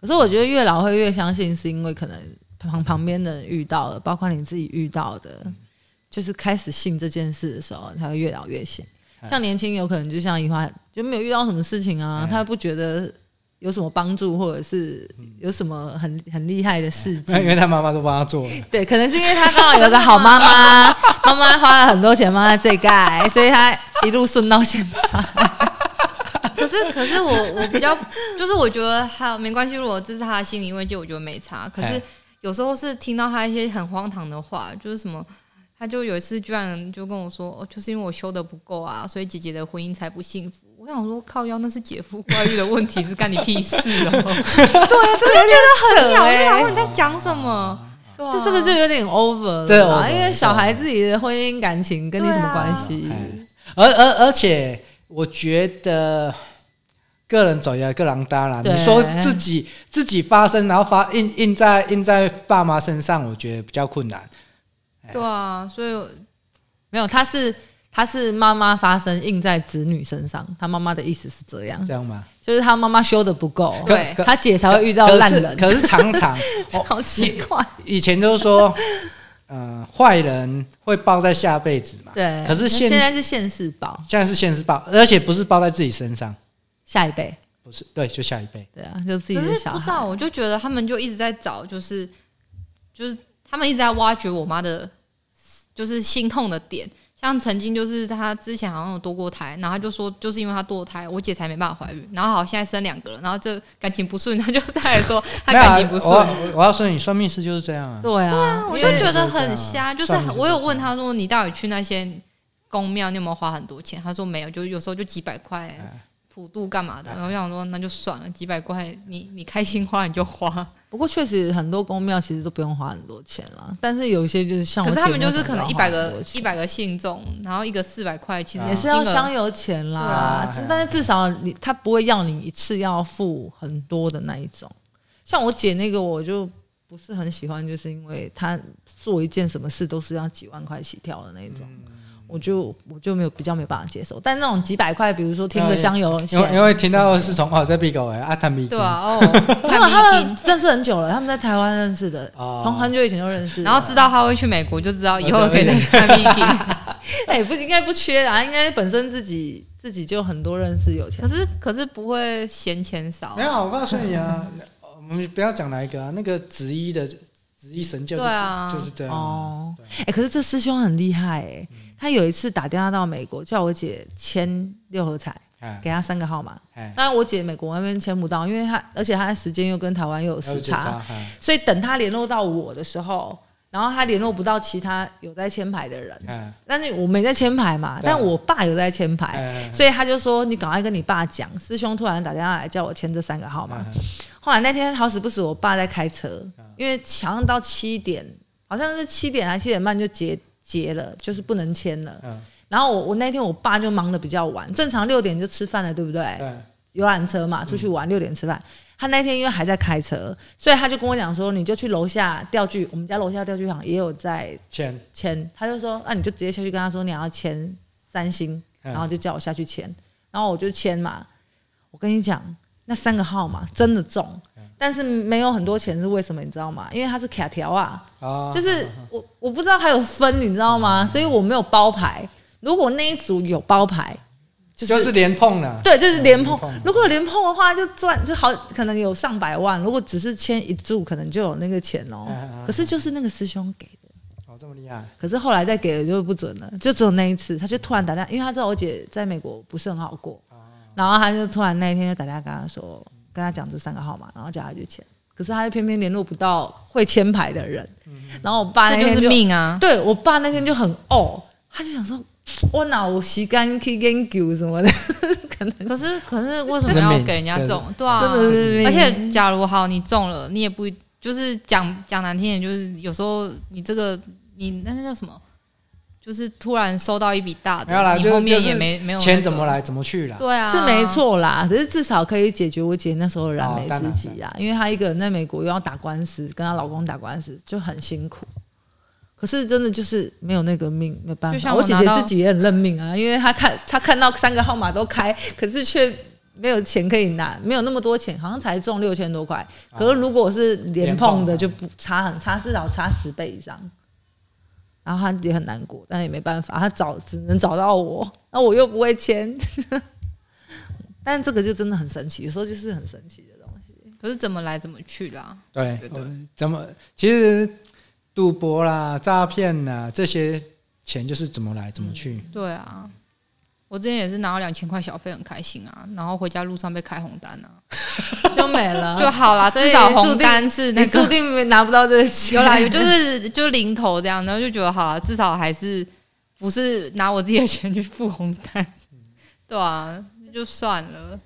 [SPEAKER 2] 可是我觉得越老会越相信，是因为可能旁旁边的人遇到了，包括你自己遇到的，就是开始信这件事的时候，才会越老越信。
[SPEAKER 1] 嗯
[SPEAKER 2] 像年轻有可能就像一花，就没有遇到什么事情啊，
[SPEAKER 1] 嗯
[SPEAKER 2] 他不觉得有什么帮助，或者是有什么很很厉害的事迹
[SPEAKER 1] 那。 因为他妈妈都帮他做了，
[SPEAKER 2] 对，可能是因为他刚好有个好 妈妈，妈妈花了很多钱帮他这盖，所以他一路顺到现 在。
[SPEAKER 3] 可是可是我我比较就是我觉得他没关系，如果这是他的心理慰藉，我觉得没差。可是
[SPEAKER 1] 哎
[SPEAKER 3] 有时候是听到他一些很荒唐的话，就是什么。他就有一次居然就跟我说：“哦，就是因为我修的不够啊，所以姐姐的婚姻才不幸福。”我想说，靠腰那是姐夫外遇的问题，是干你屁事哦！
[SPEAKER 2] 对，这个有
[SPEAKER 3] 对
[SPEAKER 2] 点
[SPEAKER 3] 啊，
[SPEAKER 2] 扯
[SPEAKER 3] 我就想
[SPEAKER 2] 欸
[SPEAKER 3] 说你在讲什么？对啊
[SPEAKER 2] 这这个就有点 over 了
[SPEAKER 1] 这
[SPEAKER 2] 啦
[SPEAKER 1] over，
[SPEAKER 2] 因为小孩自己的婚姻感情跟你什么关系？
[SPEAKER 1] 哎而而而且我觉得个人走呀，个人当然，
[SPEAKER 2] 对
[SPEAKER 1] 你说自己自己发生，然后发印印在印在爸妈身上，我觉得比较困难。
[SPEAKER 3] 对啊，所以
[SPEAKER 2] 没有，他是他是妈妈发生印在子女身上，他妈妈的意思是这样，
[SPEAKER 1] 这样吗？
[SPEAKER 2] 就是他妈妈修的不够，
[SPEAKER 1] 可
[SPEAKER 3] 对
[SPEAKER 1] 可
[SPEAKER 2] 嗯他姐才会遇到烂人，
[SPEAKER 1] 可是可是常常，哦
[SPEAKER 2] 好奇怪。
[SPEAKER 1] 以前都说，呃，坏人会报在下辈子嘛。
[SPEAKER 2] 对，
[SPEAKER 1] 可是现
[SPEAKER 2] 现在是现世报，
[SPEAKER 1] 现在是现实报，而且不是报在自己身上，
[SPEAKER 2] 下一辈，
[SPEAKER 1] 不是对，就下一辈。
[SPEAKER 2] 对啊，就自己
[SPEAKER 3] 可
[SPEAKER 2] 的
[SPEAKER 3] 是
[SPEAKER 2] 小
[SPEAKER 3] 不知
[SPEAKER 2] 孩。
[SPEAKER 3] 道，我就觉得他们就一直在找，就是就是他们一直在挖掘我妈的，就是心痛的点。像曾经就是她之前好像有堕过胎，然后她就说就是因为她堕胎，我姐才没办法怀孕。然后好，现在生两个了，然后这感情不顺，她就再来说她
[SPEAKER 1] 没有啊
[SPEAKER 3] 感情不顺。
[SPEAKER 1] 我要我要说你，算命师就是这样啊。
[SPEAKER 2] 对啊，
[SPEAKER 3] 我
[SPEAKER 2] 因
[SPEAKER 3] 就
[SPEAKER 2] 为
[SPEAKER 3] 觉得很瞎，
[SPEAKER 1] 对
[SPEAKER 3] 就
[SPEAKER 1] 啊算
[SPEAKER 3] 是
[SPEAKER 1] 命就是
[SPEAKER 3] 我有问她说你到底去那些宫庙你有没有花很多钱？她说没有，就有时候就几百块
[SPEAKER 1] 哎
[SPEAKER 3] 普渡干嘛的。然后我想说那就算了，几百块你你开心花你就花。
[SPEAKER 2] 不过确实很多公庙其实都不用花很多钱啦，但是有一些就是像我
[SPEAKER 3] 可是他们
[SPEAKER 2] 姐妹
[SPEAKER 3] 就是可能
[SPEAKER 2] 要
[SPEAKER 3] 一
[SPEAKER 2] 花
[SPEAKER 3] 百
[SPEAKER 2] 很多
[SPEAKER 3] 个
[SPEAKER 2] 钱
[SPEAKER 3] 一百个信众，然后一个四百块，其实
[SPEAKER 1] 啊
[SPEAKER 2] 也是要
[SPEAKER 3] 金额
[SPEAKER 2] 香油钱啦
[SPEAKER 1] 对啊，
[SPEAKER 2] 只
[SPEAKER 1] 对啊
[SPEAKER 2] 但是至少你他不会要你一次要付很多的那一种。像我姐那个，我就不是很喜欢，就是因为她做一件什么事都是要几万块起跳的那一种，
[SPEAKER 1] 嗯
[SPEAKER 2] 我就我就没有比较没有办法接受。但那种几百块，比如说添个
[SPEAKER 1] 对啊
[SPEAKER 2] 香油
[SPEAKER 1] 因
[SPEAKER 2] 钱，
[SPEAKER 1] 为因为听到的是从哦这比狗哎阿坦比
[SPEAKER 3] 对啊， 哦，
[SPEAKER 2] 没有
[SPEAKER 3] 看
[SPEAKER 2] 他
[SPEAKER 3] 迷
[SPEAKER 2] 们认识很久了，他们在台湾认识的，
[SPEAKER 1] 哦
[SPEAKER 2] 从很久以前就认识
[SPEAKER 3] 津，
[SPEAKER 2] 了，
[SPEAKER 3] 然后知道他会去美国，就知道以
[SPEAKER 1] 我
[SPEAKER 3] 后
[SPEAKER 1] 知道
[SPEAKER 3] 可以再看 Vicky。
[SPEAKER 2] 哎、不应该不缺啦，应该本身自己自己就很多认识有钱
[SPEAKER 3] 可。是可是不会嫌钱少
[SPEAKER 1] 没，有，我告诉你啊，我们不要讲哪一个啊，那个紫衣的紫衣神教就是
[SPEAKER 3] 对啊
[SPEAKER 1] 就是这样啊。嗯
[SPEAKER 2] 哦
[SPEAKER 1] 对，
[SPEAKER 2] 哎、可是这师兄很厉害哎、他有一次打电话到美国，叫我姐签六合彩，
[SPEAKER 1] 哎
[SPEAKER 2] 给他三个号码。
[SPEAKER 1] 哎，
[SPEAKER 2] 当然我姐美国那边签不到，因为她而且她的时间又跟台湾又有时
[SPEAKER 1] 还有
[SPEAKER 2] 差，
[SPEAKER 1] 警察，
[SPEAKER 2] 所以等她联络到我的时候，然后她联络不到其他有在签牌的人，
[SPEAKER 1] 哎
[SPEAKER 2] 但是我没在签牌嘛，
[SPEAKER 1] 对啊
[SPEAKER 2] 但我爸有在签
[SPEAKER 1] 哎
[SPEAKER 2] 牌，
[SPEAKER 1] 哎，
[SPEAKER 2] 所以他就说你赶快跟你爸讲，师兄突然打电话来叫我签这三个号码，后来那天好死不死，我爸在开车，因为好像到七点，好像是七点还七点半就结结了，就是不能签了。
[SPEAKER 1] 嗯，
[SPEAKER 2] 然后我我那天我爸就忙得比较晚，正常六点就吃饭了，对不对？
[SPEAKER 1] 对，
[SPEAKER 2] 游览车嘛，出去玩六点吃饭。他那天因为还在开车，所以他就跟我讲说，你就去楼下钓具，我们家楼下钓具行也有在
[SPEAKER 1] 钱，
[SPEAKER 2] 签，他就说，那、你就直接下去跟他说你要签三星，
[SPEAKER 1] 嗯
[SPEAKER 2] 然后就叫我下去签，然后我就签嘛。我跟你讲，那三个号
[SPEAKER 1] 嗯
[SPEAKER 2] 码真的中，但是没有很多钱是为什么？你知道吗？因为它是卡条啊，
[SPEAKER 1] 啊，
[SPEAKER 2] 就是我我不知道还有分，你知道吗？所以我没有包牌。如果那一组有包牌，就是、
[SPEAKER 1] 就是连碰了，
[SPEAKER 2] 对，这是连碰
[SPEAKER 1] 嗯连碰。
[SPEAKER 2] 如果连碰的话，就赚就好，可能有上百万。如果只是签一注，可能就有那个钱哦、
[SPEAKER 1] 嗯嗯嗯
[SPEAKER 2] 可是就是那个师兄给的。
[SPEAKER 1] 哦，这么厉害，
[SPEAKER 2] 可是后来再给了就不准了，就只有那一次，他就突然打电话，因为他知道我姐在美国不是很好过，
[SPEAKER 3] 啊
[SPEAKER 2] 然后他就突然那一天就打电话跟他说，跟他讲这三个号码，然后叫他去签，可是他就偏偏联络不到会签牌的人，然后我爸那
[SPEAKER 3] 嗯这
[SPEAKER 2] 天
[SPEAKER 3] 就是
[SPEAKER 2] 就
[SPEAKER 3] 命啊！
[SPEAKER 2] 对我爸那天就很哦，他就想说，我哪有时间去研究什么的，可能
[SPEAKER 3] 可是可是为什么要给人家
[SPEAKER 1] 真的
[SPEAKER 3] 中？对啊，
[SPEAKER 2] 真的是命
[SPEAKER 3] 而且假如好你中了，你也不一就是讲讲难听点，就是有时候你这个你那那叫什么，就是突然收到一笔大的，
[SPEAKER 1] 没有啦
[SPEAKER 3] 你
[SPEAKER 1] 就
[SPEAKER 3] 后面
[SPEAKER 1] 就是
[SPEAKER 3] 也没没有、
[SPEAKER 1] 钱怎么？来怎么去啦。
[SPEAKER 3] 对啊，
[SPEAKER 2] 是没。错啦，可是至少可以解决我姐那时候的燃眉之急
[SPEAKER 3] 哦
[SPEAKER 2] 啊，因为她一个人在美国又要打官司，跟她老公打官司就很辛苦。可是真的就是没有那个命，没办
[SPEAKER 3] 就
[SPEAKER 2] 法。
[SPEAKER 3] 像
[SPEAKER 2] 我
[SPEAKER 3] 我
[SPEAKER 2] 姐
[SPEAKER 3] 拿
[SPEAKER 2] 姐
[SPEAKER 3] 到
[SPEAKER 2] 自己也很认命啊，因为她看她看到三个号码都开，可是却没有钱可以拿，没有那么多钱，好像才中六千多块。可是如果我是连
[SPEAKER 1] 啊连
[SPEAKER 2] 碰的，
[SPEAKER 1] 碰的
[SPEAKER 2] 就不差很差，至少差十倍以上。然后她也很难过，但也没办法，她找只能找到我，那我又不会签， 但这个就真的很神奇，有时候就是很神奇的东西。
[SPEAKER 3] 可是怎么来怎么去啦，
[SPEAKER 1] 对
[SPEAKER 3] 觉，得
[SPEAKER 1] 我怎么其实赌博啦、诈骗啦这些钱就是怎么来怎么去。
[SPEAKER 3] 对啊。我之前也是拿到两千块小费，很开心啊，然后回家路上被开红单啊，
[SPEAKER 2] 就没 了，
[SPEAKER 3] 就好啦，
[SPEAKER 2] 啊所以
[SPEAKER 3] 至少
[SPEAKER 2] 注
[SPEAKER 3] 红
[SPEAKER 2] 定
[SPEAKER 3] 单是那
[SPEAKER 2] 你注
[SPEAKER 3] 个
[SPEAKER 2] 定没拿不到这个钱。
[SPEAKER 3] 有啦，有就是就零头这样，然后就觉得好啦，啊至少还是不是拿我自己的钱去付红单， 对啊，那就算了。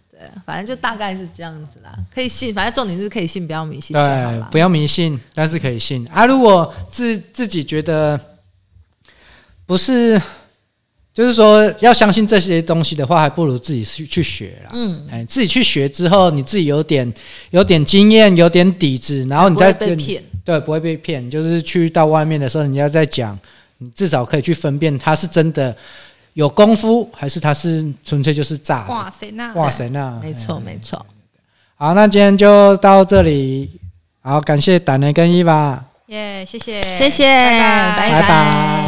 [SPEAKER 2] 反正就大概是这样子啦，可以信，反正重点是可以信，不要迷信就好
[SPEAKER 1] 对
[SPEAKER 2] 啦，。
[SPEAKER 1] 哎不要迷信，但是可以信啊。如果自自己觉得不是，就是说要相信这些东西的话，还不如自己去去学啦。
[SPEAKER 2] 嗯，
[SPEAKER 1] 哎，自己去学之后，你自己有点有点经验，有点底子，然后你
[SPEAKER 2] 不
[SPEAKER 1] 再
[SPEAKER 2] 会被骗，
[SPEAKER 1] 对，不会被骗。就是去到外面的时候，人家在讲，你至少可以去分辨他是真的有功夫，还是他是纯粹就是诈的。
[SPEAKER 3] 哇塞，那
[SPEAKER 1] 哇塞，那
[SPEAKER 2] 没错没错。
[SPEAKER 1] 好，那今天就到这里。好，感谢胆雷跟伊娃，
[SPEAKER 3] 耶谢谢，
[SPEAKER 2] 谢谢
[SPEAKER 3] 拜
[SPEAKER 1] 拜
[SPEAKER 2] 拜
[SPEAKER 1] 拜